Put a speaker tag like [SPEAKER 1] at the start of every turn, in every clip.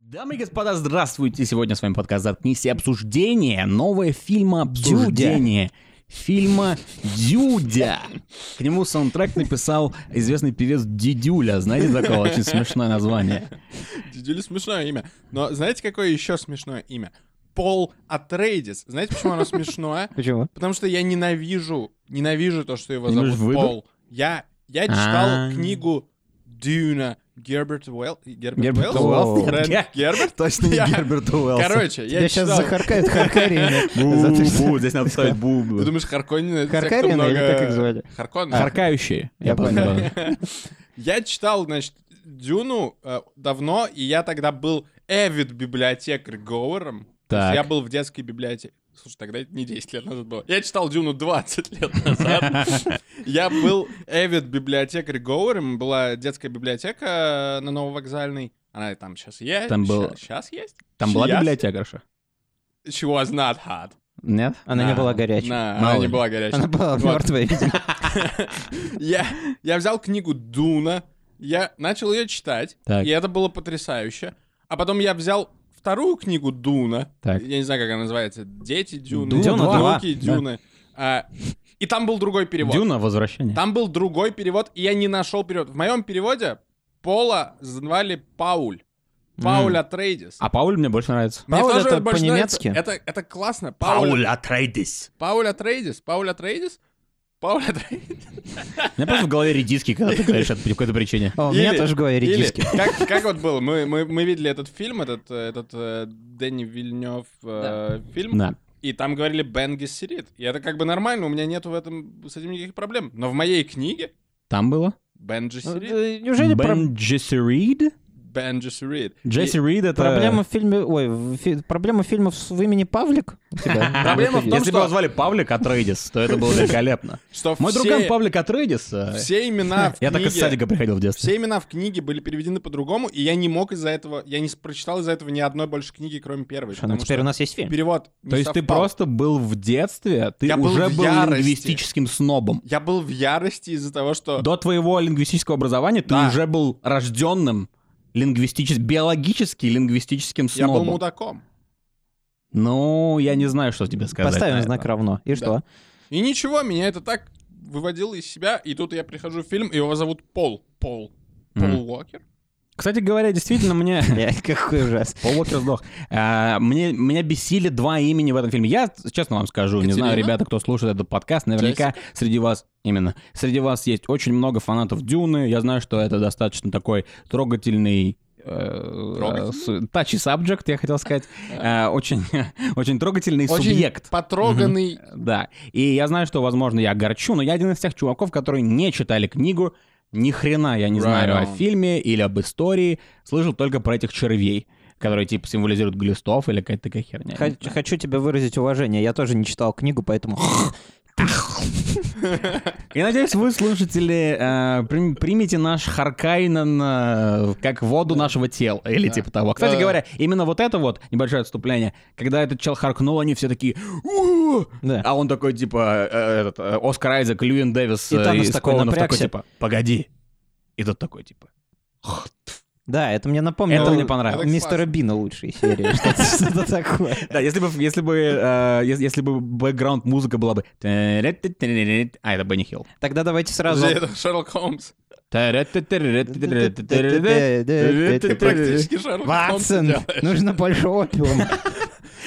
[SPEAKER 1] Дамы и господа, здравствуйте! Сегодня с вами подкаст «Заткнись» и обсуждение нового фильма
[SPEAKER 2] Дюдя.
[SPEAKER 1] обсуждение фильма «Дюдя». К нему саундтрек написал известный певец Дидюля. Знаете такого? Очень смешное название.
[SPEAKER 3] Дидюли смешное имя. Но знаете, какое еще смешное имя? Пол Атрейдис. Знаете, почему оно смешное?
[SPEAKER 2] Почему?
[SPEAKER 3] Потому что я ненавижу, ненавижу то, что его
[SPEAKER 1] Ненавидишь
[SPEAKER 3] зовут
[SPEAKER 1] выбор?
[SPEAKER 3] Пол. Я, я читал
[SPEAKER 1] А.
[SPEAKER 3] книгу Дюна Герберт Уэлл. Герберт
[SPEAKER 1] Герберт
[SPEAKER 3] Уэлл?
[SPEAKER 1] Уэлл.
[SPEAKER 3] Фрэнк
[SPEAKER 1] Ге-
[SPEAKER 3] Герберт?
[SPEAKER 1] Точно не
[SPEAKER 3] Я-
[SPEAKER 1] Герберт Уэллс.
[SPEAKER 3] Короче, я
[SPEAKER 2] Я сейчас
[SPEAKER 3] читал... Ну,
[SPEAKER 2] захаркают харкарины. за то, что-
[SPEAKER 1] Бу-бу, здесь надо ставить бу.
[SPEAKER 3] Ты думаешь, Харконин это те, кто
[SPEAKER 2] Харкарины или
[SPEAKER 3] много-
[SPEAKER 2] как их звали?
[SPEAKER 3] Харконин.
[SPEAKER 1] Харкающие.
[SPEAKER 2] Я понял.
[SPEAKER 3] Я читал, значит, Дюну э, давно, и я тогда был эвид библиотекарь Гоуэром. То есть
[SPEAKER 1] Так.
[SPEAKER 3] Я был в детской библиотеке. Слушай, тогда это не 10 лет назад было. Я читал Дюну 20 лет назад. Я был эвид библиотекарь Гоуэром. Была детская библиотека э, на Нововокзальной. Она там сейчас есть.
[SPEAKER 1] Там был-
[SPEAKER 3] Сейчас есть?
[SPEAKER 1] Там была
[SPEAKER 3] Сейчас?
[SPEAKER 1] библиотекарша?
[SPEAKER 3] She was not hot.
[SPEAKER 1] Нет?
[SPEAKER 2] Она не
[SPEAKER 3] А,
[SPEAKER 2] была горячей.
[SPEAKER 3] На,
[SPEAKER 1] Мало
[SPEAKER 3] Она не
[SPEAKER 1] ли.
[SPEAKER 3] была горячей.
[SPEAKER 2] Она была
[SPEAKER 3] Вот.
[SPEAKER 2] мертвой, видимо.
[SPEAKER 3] Я, я взял книгу Дуна, я начал ее читать,
[SPEAKER 1] Так.
[SPEAKER 3] и это было потрясающе. А потом я взял вторую книгу Дуна,
[SPEAKER 1] Так.
[SPEAKER 3] я не знаю, как она называется, «Дети Дюны»,
[SPEAKER 1] Дуна
[SPEAKER 3] «Дюна
[SPEAKER 1] два.
[SPEAKER 3] «Внуки
[SPEAKER 1] Да.
[SPEAKER 3] Дюны». А, и там был другой перевод.
[SPEAKER 1] Дюна «Возвращение».
[SPEAKER 3] Там был другой перевод, и я не нашел перевод. В моем переводе Пола звали Пауль. Пауль Атрейдис.
[SPEAKER 1] А Пауль мне больше нравится.
[SPEAKER 3] Мне
[SPEAKER 2] Пауль
[SPEAKER 3] тоже
[SPEAKER 2] это
[SPEAKER 3] больше нравится.
[SPEAKER 2] по-немецки?
[SPEAKER 3] Это, это классно. Пауль,
[SPEAKER 1] Атрейдис.
[SPEAKER 3] Пауль Атрейдис. Пауль Атрейдис. Пауль Атрейдис.
[SPEAKER 1] У меня просто в голове редиски, когда ты говоришь это по какой-то причине.
[SPEAKER 2] О, у меня
[SPEAKER 3] Или-
[SPEAKER 2] тоже говорили
[SPEAKER 3] или-
[SPEAKER 2] редиски.
[SPEAKER 3] Как, как вот было? Мы, мы, мы видели этот фильм, этот, э, этот э, Дэнни Вильнев э, фильм,
[SPEAKER 1] Да.
[SPEAKER 3] и там говорили Бен Гессерит. И это как бы нормально, у меня нету в этом с этим никаких проблем. Но в моей книге
[SPEAKER 1] Там было? Ну,
[SPEAKER 3] Бен Гессерит.
[SPEAKER 2] Э, Неужели про-
[SPEAKER 1] Бен Джесси Рид?
[SPEAKER 3] Бен Гессерит.
[SPEAKER 1] Джесси Рид это...
[SPEAKER 2] проблема в фильме... Ой, в фи- проблема фильма в в имени Павлик? у тебя?
[SPEAKER 3] Проблема в том,
[SPEAKER 1] Если бы его
[SPEAKER 3] что,
[SPEAKER 1] звали Павлик Атрейдис, то это было великолепно.
[SPEAKER 3] что
[SPEAKER 1] Мой
[SPEAKER 3] все,
[SPEAKER 1] друган Павлик Атрейдис... э,
[SPEAKER 3] все имена в
[SPEAKER 1] Я так
[SPEAKER 3] книге...
[SPEAKER 1] из садика приходил в детстве.
[SPEAKER 3] Все имена в книге были переведены по-другому, и я не мог из-за этого, я не с- прочитал из-за этого ни одной больше книги, кроме первой.
[SPEAKER 2] Слушай, ну
[SPEAKER 3] потому
[SPEAKER 2] теперь у
[SPEAKER 3] что
[SPEAKER 2] нас есть фильм.
[SPEAKER 3] перевод не
[SPEAKER 1] То есть ты
[SPEAKER 3] совпал.
[SPEAKER 1] просто был в детстве, ты
[SPEAKER 3] Я был
[SPEAKER 1] уже
[SPEAKER 3] в
[SPEAKER 1] был
[SPEAKER 3] ярости.
[SPEAKER 1] лингвистическим снобом.
[SPEAKER 3] Я был в ярости из-за того, что...
[SPEAKER 1] До твоего лингвистического образования ты
[SPEAKER 3] Да.
[SPEAKER 1] уже был рожденным лингвистически, биологически лингвистическим
[SPEAKER 3] Я был
[SPEAKER 1] снобом.
[SPEAKER 3] мудаком.
[SPEAKER 1] Ну, я не знаю, что тебе сказать.
[SPEAKER 2] Поставим
[SPEAKER 1] на
[SPEAKER 2] знак
[SPEAKER 1] это.
[SPEAKER 2] равно. И что?
[SPEAKER 3] И ничего, меня это так выводило из себя. И тут я прихожу в фильм, и его зовут Пол. Пол. Пол
[SPEAKER 1] Мгм.
[SPEAKER 3] Уокер.
[SPEAKER 1] Кстати говоря, действительно, мне...
[SPEAKER 2] Блядь, какой ужас.
[SPEAKER 1] Пол Уокер сдох. А, мне, меня бесили два имени в этом фильме. Я, честно вам скажу, не знаю,
[SPEAKER 3] Екатерина?
[SPEAKER 1] ребята, кто слушает этот подкаст, наверняка среди вас, именно, среди вас есть очень много фанатов Дюны. Я знаю, что это достаточно такой трогательный э,
[SPEAKER 3] Трогательный?
[SPEAKER 1] с- touchy subject, я хотел сказать. Э, Очень, очень трогательный субъект.
[SPEAKER 3] потроганный.
[SPEAKER 1] Да. И я знаю, что, возможно, я огорчу, но я один из тех чуваков, которые не читали книгу. Ни хрена я не
[SPEAKER 3] Right
[SPEAKER 1] знаю о
[SPEAKER 3] on.
[SPEAKER 1] фильме или об истории. Слышал только про этих червей, которые типа символизируют глистов или какая-то такая херня.
[SPEAKER 2] Ха- Хочу тебе выразить уважение. Я тоже не читал книгу, поэтому...
[SPEAKER 1] И надеюсь, вы, слушатели, э, прим- примете наш Харкайнен э, как воду нашего тела или
[SPEAKER 3] Да.
[SPEAKER 1] типа того. Кстати
[SPEAKER 3] Да.
[SPEAKER 1] говоря, именно вот это вот небольшое отступление, когда этот чел харкнул, они все такие «У-у-у!»
[SPEAKER 2] Да.
[SPEAKER 1] А он такой, типа, э, этот, э, Оскар Айзек, Льюин Дэвис
[SPEAKER 2] И
[SPEAKER 1] э,
[SPEAKER 2] Танос
[SPEAKER 1] из
[SPEAKER 2] такой
[SPEAKER 1] Коэнов такой,
[SPEAKER 2] напрягся.
[SPEAKER 1] типа, погоди. И тот такой, типа,
[SPEAKER 2] Да, это мне напомнило.
[SPEAKER 1] Это мне понравилось.
[SPEAKER 3] Это
[SPEAKER 2] Мистера
[SPEAKER 3] классно.
[SPEAKER 2] Бина лучшей серии. Что-то что-то такое.
[SPEAKER 1] да, если бы, если бы, э, ес- если бы бэкграунд музыка была бы, «Тыры-тыры-тыры-тыры», а это Бенни Хилл.
[SPEAKER 2] Тогда давайте сразу...
[SPEAKER 3] Подожди, это Шерлок Холмс.
[SPEAKER 1] «Тыры-тыры-тыры-тыры-тыры-тыры».
[SPEAKER 3] Ты
[SPEAKER 2] Ватсон,
[SPEAKER 3] практически Шерлок Холмс делаешь.
[SPEAKER 2] нужно больше опиума.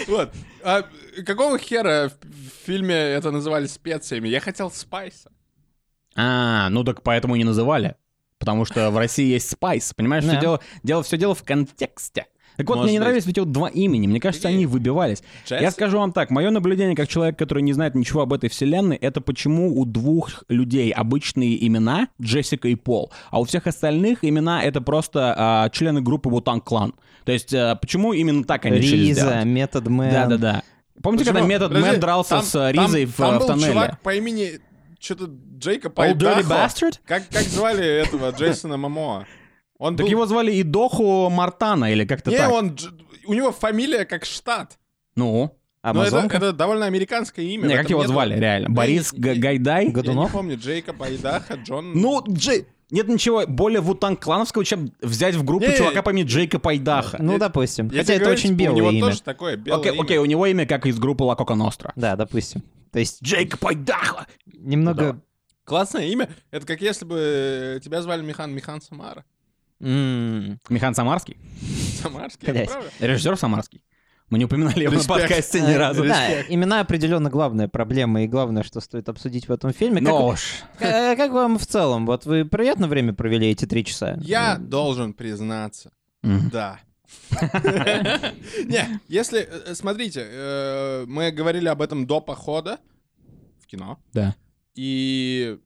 [SPEAKER 3] Вот. А какого хера в в фильме это называли специями? Я хотел спайса.
[SPEAKER 1] А, ну так поэтому и не называли. Потому что в России есть спайс. Понимаешь, что
[SPEAKER 2] Да.
[SPEAKER 1] дело, дело, все дело в контексте. Так вот,
[SPEAKER 3] Может
[SPEAKER 1] мне не
[SPEAKER 3] быть.
[SPEAKER 1] нравились эти вот два имени. Мне кажется,
[SPEAKER 3] Какие?
[SPEAKER 1] они выбивались.
[SPEAKER 3] Джесси?
[SPEAKER 1] Я скажу вам так, мое наблюдение как человек, который не знает ничего об этой вселенной, это почему у двух людей обычные имена Джессика и Пол, а у всех остальных имена это просто а, члены группы Бутан Клан. То есть а, почему именно так они решили
[SPEAKER 2] Риза,
[SPEAKER 1] сделать?
[SPEAKER 2] Метод Мэн.
[SPEAKER 1] Да, да, да. Помните, когда
[SPEAKER 3] Почему?
[SPEAKER 1] Метод
[SPEAKER 3] Подожди,
[SPEAKER 1] Мэн дрался
[SPEAKER 3] там-
[SPEAKER 1] с а,
[SPEAKER 3] там-
[SPEAKER 1] Ризой в,
[SPEAKER 3] Там
[SPEAKER 1] а, в
[SPEAKER 3] был
[SPEAKER 1] тоннеле?
[SPEAKER 3] чувак по имени что-то Джейка
[SPEAKER 1] Old Dirty
[SPEAKER 3] Пайдахо.
[SPEAKER 1] Bastard?
[SPEAKER 3] Как, как звали этого Джейсона Мамоа? Он
[SPEAKER 1] Так
[SPEAKER 3] был...
[SPEAKER 1] его звали Идоху Мартана или как-то
[SPEAKER 3] Не,
[SPEAKER 1] так.
[SPEAKER 3] он... Дж- У него фамилия как штат.
[SPEAKER 1] Ну,
[SPEAKER 3] Но это,
[SPEAKER 2] Амазонка.
[SPEAKER 3] это довольно американское имя.
[SPEAKER 1] не,
[SPEAKER 3] в
[SPEAKER 1] как
[SPEAKER 3] этом
[SPEAKER 1] его
[SPEAKER 3] нету-
[SPEAKER 1] звали, реально?
[SPEAKER 3] Да
[SPEAKER 1] Борис
[SPEAKER 3] и- и-
[SPEAKER 1] Га- Гайдай?
[SPEAKER 3] Я не
[SPEAKER 2] Годунов?
[SPEAKER 3] помню, Джейкоб Айдаха, Джон...
[SPEAKER 1] Ну, Джей... Нет ничего более вутанг клановского, чем взять в группу
[SPEAKER 3] Не-не-не.
[SPEAKER 1] чувака по имени Джейка Пайдаха.
[SPEAKER 2] Ну,
[SPEAKER 3] Я-
[SPEAKER 2] допустим.
[SPEAKER 3] Я
[SPEAKER 2] Хотя
[SPEAKER 3] тебе
[SPEAKER 2] это
[SPEAKER 3] говорю,
[SPEAKER 2] очень
[SPEAKER 3] типа, У
[SPEAKER 2] белое
[SPEAKER 3] него
[SPEAKER 2] имя.
[SPEAKER 3] тоже такое белое
[SPEAKER 1] Окей,
[SPEAKER 3] имя.
[SPEAKER 1] окей, у него имя как из группы Ла Кока Ностра.
[SPEAKER 2] Да, допустим. То есть
[SPEAKER 1] Джейк Пайдаха!
[SPEAKER 2] немного...
[SPEAKER 3] Классное имя. Это как если бы э, тебя звали Михан Михан Самара.
[SPEAKER 2] М,
[SPEAKER 1] Михан Самарский.
[SPEAKER 3] Самарский, это
[SPEAKER 2] Блядь.
[SPEAKER 3] правда?
[SPEAKER 1] Режиссер Самарский. Мы не упоминали его на
[SPEAKER 3] Респект.
[SPEAKER 1] подкасте ни
[SPEAKER 2] э,
[SPEAKER 1] разу.
[SPEAKER 2] Да, имена определенно главная проблема и главное, что стоит обсудить в этом фильме. Как-
[SPEAKER 1] Но уж.
[SPEAKER 2] Э, Как вам в целом? Вот вы приятно время провели эти три часа?
[SPEAKER 3] Я должен признаться,
[SPEAKER 1] Мгм.
[SPEAKER 3] Да. Не, если... э, Смотрите, э, мы говорили об этом до похода в кино.
[SPEAKER 1] Да.
[SPEAKER 3] И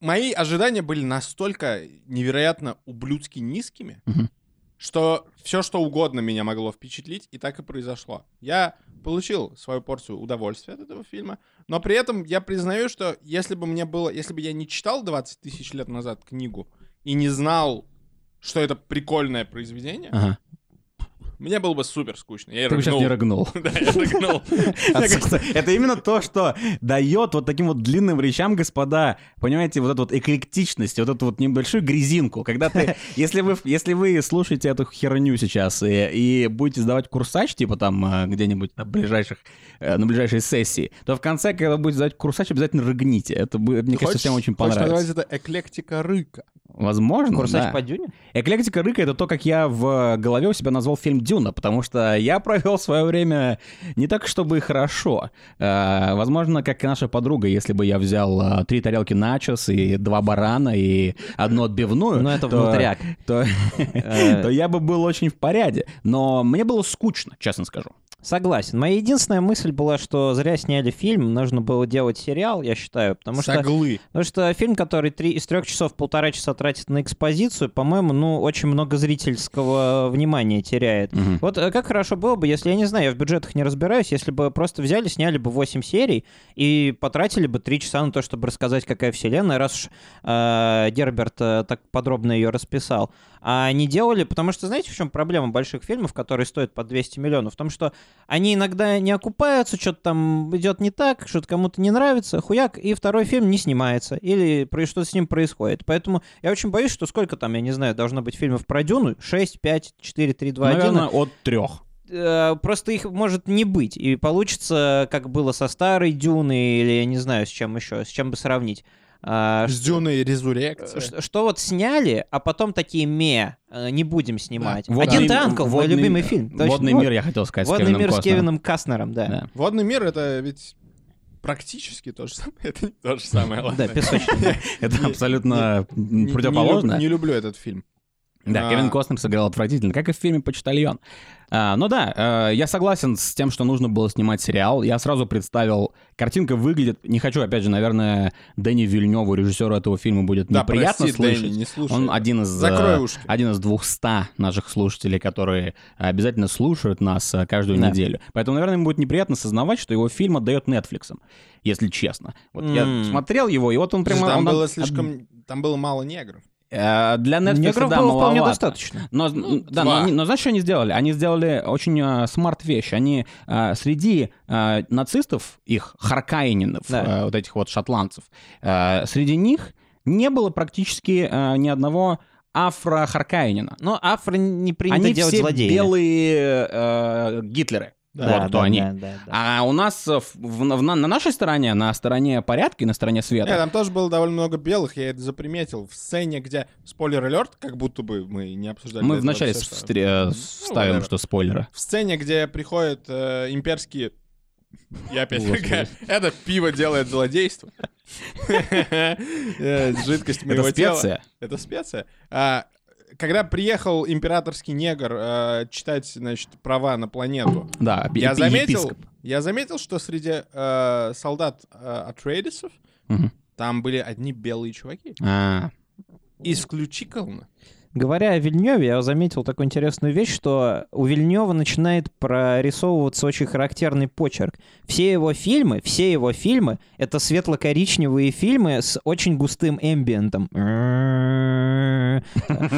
[SPEAKER 3] мои ожидания были настолько невероятно ублюдски низкими,
[SPEAKER 1] Мгм.
[SPEAKER 3] что все, что угодно меня могло впечатлить, и так и произошло. Я получил свою порцию удовольствия от этого фильма, но при этом я признаю, что если бы мне было, если бы я не читал 20 тысяч лет назад книгу и не знал, что это прикольное произведение,
[SPEAKER 1] Ага.
[SPEAKER 3] мне было бы супер скучно. Я и
[SPEAKER 1] Ты бы сейчас не
[SPEAKER 3] рыгнул.
[SPEAKER 1] рыгнул.
[SPEAKER 3] Да, я рыгнул.
[SPEAKER 1] Мне кажется, Это именно то, что дает вот таким вот длинным речам, господа, понимаете, вот эту вот эклектичность, вот эту вот небольшую грязинку, когда ты, если вы, если вы слушаете эту херню сейчас и, и будете сдавать курсач, типа там э, где-нибудь на ближайших, э, на ближайшей сессии, то в конце, когда будете сдавать курсач, обязательно рыгните. Это, будет, мне кажется, всем очень понравится.
[SPEAKER 3] это эклектика рыка.
[SPEAKER 1] Возможно, да.
[SPEAKER 2] Курсач по дюне?
[SPEAKER 1] Эклектика рыка — это то, как я в голове у себя назвал фильм «Дюна», потому что я провел свое время не так, чтобы и хорошо. Э, возможно, как и наша подруга, если бы я взял э, три тарелки начос и два барана и одну отбивную,
[SPEAKER 2] Ну,
[SPEAKER 1] то-
[SPEAKER 2] это внутряк.
[SPEAKER 1] то,
[SPEAKER 2] Э,
[SPEAKER 1] то я бы был очень в порядке. Но мне было скучно, честно скажу.
[SPEAKER 2] Согласен. Моя единственная мысль была, что зря сняли фильм, нужно было делать сериал, я считаю,
[SPEAKER 1] А
[SPEAKER 2] потому что,
[SPEAKER 3] Соглы.
[SPEAKER 2] потому что фильм, который три, из трех часов полтора часа тратит на экспозицию, по-моему, ну, очень много зрительского э, внимания теряет. Вот э, как хорошо было бы, если, я не знаю, я в бюджетах не разбираюсь, если бы просто взяли, сняли бы 8 серий и потратили бы 3 часа на то, чтобы рассказать, какая вселенная, раз уж э, Герберт э, так подробно ее расписал. А не делали, потому что, знаете, в чем проблема больших фильмов, которые стоят по 200 миллионов? В том, что они иногда не окупаются, что-то там идет не так, что-то кому-то не нравится, хуяк, и второй фильм не снимается, или про- что-то с ним происходит. Поэтому я очень боюсь, что сколько там, я не знаю, должно быть фильмов про Дюну? 6, 5, 4, 3, 2, 1
[SPEAKER 1] Наверное, от трех.
[SPEAKER 2] э, просто их может не быть. И получится, как было со старой Дюной, или я не знаю, с чем еще, с чем бы сравнить. А,
[SPEAKER 3] С Дюной
[SPEAKER 2] ш-
[SPEAKER 3] резурекция.
[SPEAKER 2] ш- что вот сняли, а потом такие ме, э, не будем снимать.
[SPEAKER 1] Вот
[SPEAKER 2] Один ты
[SPEAKER 1] да.
[SPEAKER 2] Анкл, мой
[SPEAKER 1] Водный-
[SPEAKER 2] любимый фильм. Точно.
[SPEAKER 1] «Водный
[SPEAKER 2] Вот.
[SPEAKER 1] мир», я хотел сказать, с
[SPEAKER 2] Водный
[SPEAKER 1] Кевином
[SPEAKER 2] мир с
[SPEAKER 1] Костнером.
[SPEAKER 2] Кевином Кастнером, да.
[SPEAKER 1] Да.
[SPEAKER 3] Водный мир — это ведь практически то же самое. Это не то же самое,
[SPEAKER 2] Да,
[SPEAKER 3] ладно.
[SPEAKER 2] песочный.
[SPEAKER 1] Это
[SPEAKER 3] Не-
[SPEAKER 1] абсолютно
[SPEAKER 3] Не- не люб-
[SPEAKER 1] противоположно.
[SPEAKER 3] Не люблю этот фильм.
[SPEAKER 1] Да,
[SPEAKER 3] А.
[SPEAKER 1] Кевин Костнер сыграл отвратительно, как и в фильме «Почтальон». А, ну да, э, я согласен с тем, что нужно было снимать сериал. Я сразу представил, картинка выглядит... Не хочу, опять же, наверное, Дэнни Вильневу, режиссеру этого фильма, будет
[SPEAKER 3] Да,
[SPEAKER 1] неприятно
[SPEAKER 3] прости,
[SPEAKER 1] Ну, слышать.
[SPEAKER 3] Дэнни, не слушай.
[SPEAKER 1] Он один из... э,
[SPEAKER 3] Закрой ушки.
[SPEAKER 1] Один из 200 наших слушателей, которые обязательно слушают нас э, каждую
[SPEAKER 2] Да.
[SPEAKER 1] неделю. Поэтому, наверное, ему будет неприятно сознавать, что его фильм отдает Netflix, если честно. Вот я
[SPEAKER 2] М.
[SPEAKER 1] смотрел его, и вот он прямо...
[SPEAKER 3] Там
[SPEAKER 1] он-
[SPEAKER 3] было
[SPEAKER 1] от-
[SPEAKER 3] слишком... Там было мало негров.
[SPEAKER 1] э, Для Netflix,
[SPEAKER 2] Негров
[SPEAKER 1] да,
[SPEAKER 2] было вполне
[SPEAKER 1] маловато.
[SPEAKER 2] достаточно.
[SPEAKER 1] Но,
[SPEAKER 3] Ну,
[SPEAKER 1] м, да,
[SPEAKER 3] два.
[SPEAKER 1] но, они- но знаешь, что они сделали? Они сделали очень э, смарт вещь. Они э, среди э, нацистов, их харкайнинов,
[SPEAKER 2] Да.
[SPEAKER 1] э, вот этих вот шотландцев, э, среди них не было практически э, ни одного афро-харкайнина.
[SPEAKER 2] Но афро не принято
[SPEAKER 1] Они
[SPEAKER 2] делать
[SPEAKER 1] все
[SPEAKER 2] злодеями.
[SPEAKER 1] белые э, гитлеры.
[SPEAKER 2] Да,
[SPEAKER 1] вот кто
[SPEAKER 2] да,
[SPEAKER 1] они.
[SPEAKER 2] да, да, да.
[SPEAKER 1] А у нас э, в- в- на, на нашей стороне, на стороне порядка и на стороне
[SPEAKER 3] Нет,
[SPEAKER 1] света,
[SPEAKER 3] там тоже было довольно много белых, я это заприметил. В сцене, где... Спойлер-алерт, как будто бы мы не обсуждали.
[SPEAKER 1] мы
[SPEAKER 3] до этого
[SPEAKER 1] вначале
[SPEAKER 3] всё, что-
[SPEAKER 1] встре- э,
[SPEAKER 3] Ну,
[SPEAKER 1] вставим,
[SPEAKER 3] whatever.
[SPEAKER 1] что спойлеры.
[SPEAKER 3] В сцене, где приходят э, имперские... Я опять
[SPEAKER 1] Господи.
[SPEAKER 3] такая, это пиво делает злодейство. Э, Жидкость
[SPEAKER 1] Это
[SPEAKER 3] моего тела.
[SPEAKER 1] специя.
[SPEAKER 3] Это специя. А, Когда приехал императорский негр э, читать, значит, права на планету,
[SPEAKER 1] Да, епи-
[SPEAKER 3] я заметил,
[SPEAKER 1] епископ.
[SPEAKER 3] я заметил, что среди э, солдат э, Атрейдисов
[SPEAKER 1] Мгм.
[SPEAKER 3] там были одни белые чуваки.
[SPEAKER 1] А,
[SPEAKER 3] Исключительно.
[SPEAKER 2] Говоря о Вильнёве, я заметил такую интересную вещь, что у Вильнёва начинает прорисовываться очень характерный почерк. Все его фильмы, все его фильмы — это светло-коричневые фильмы с очень густым эмбиентом.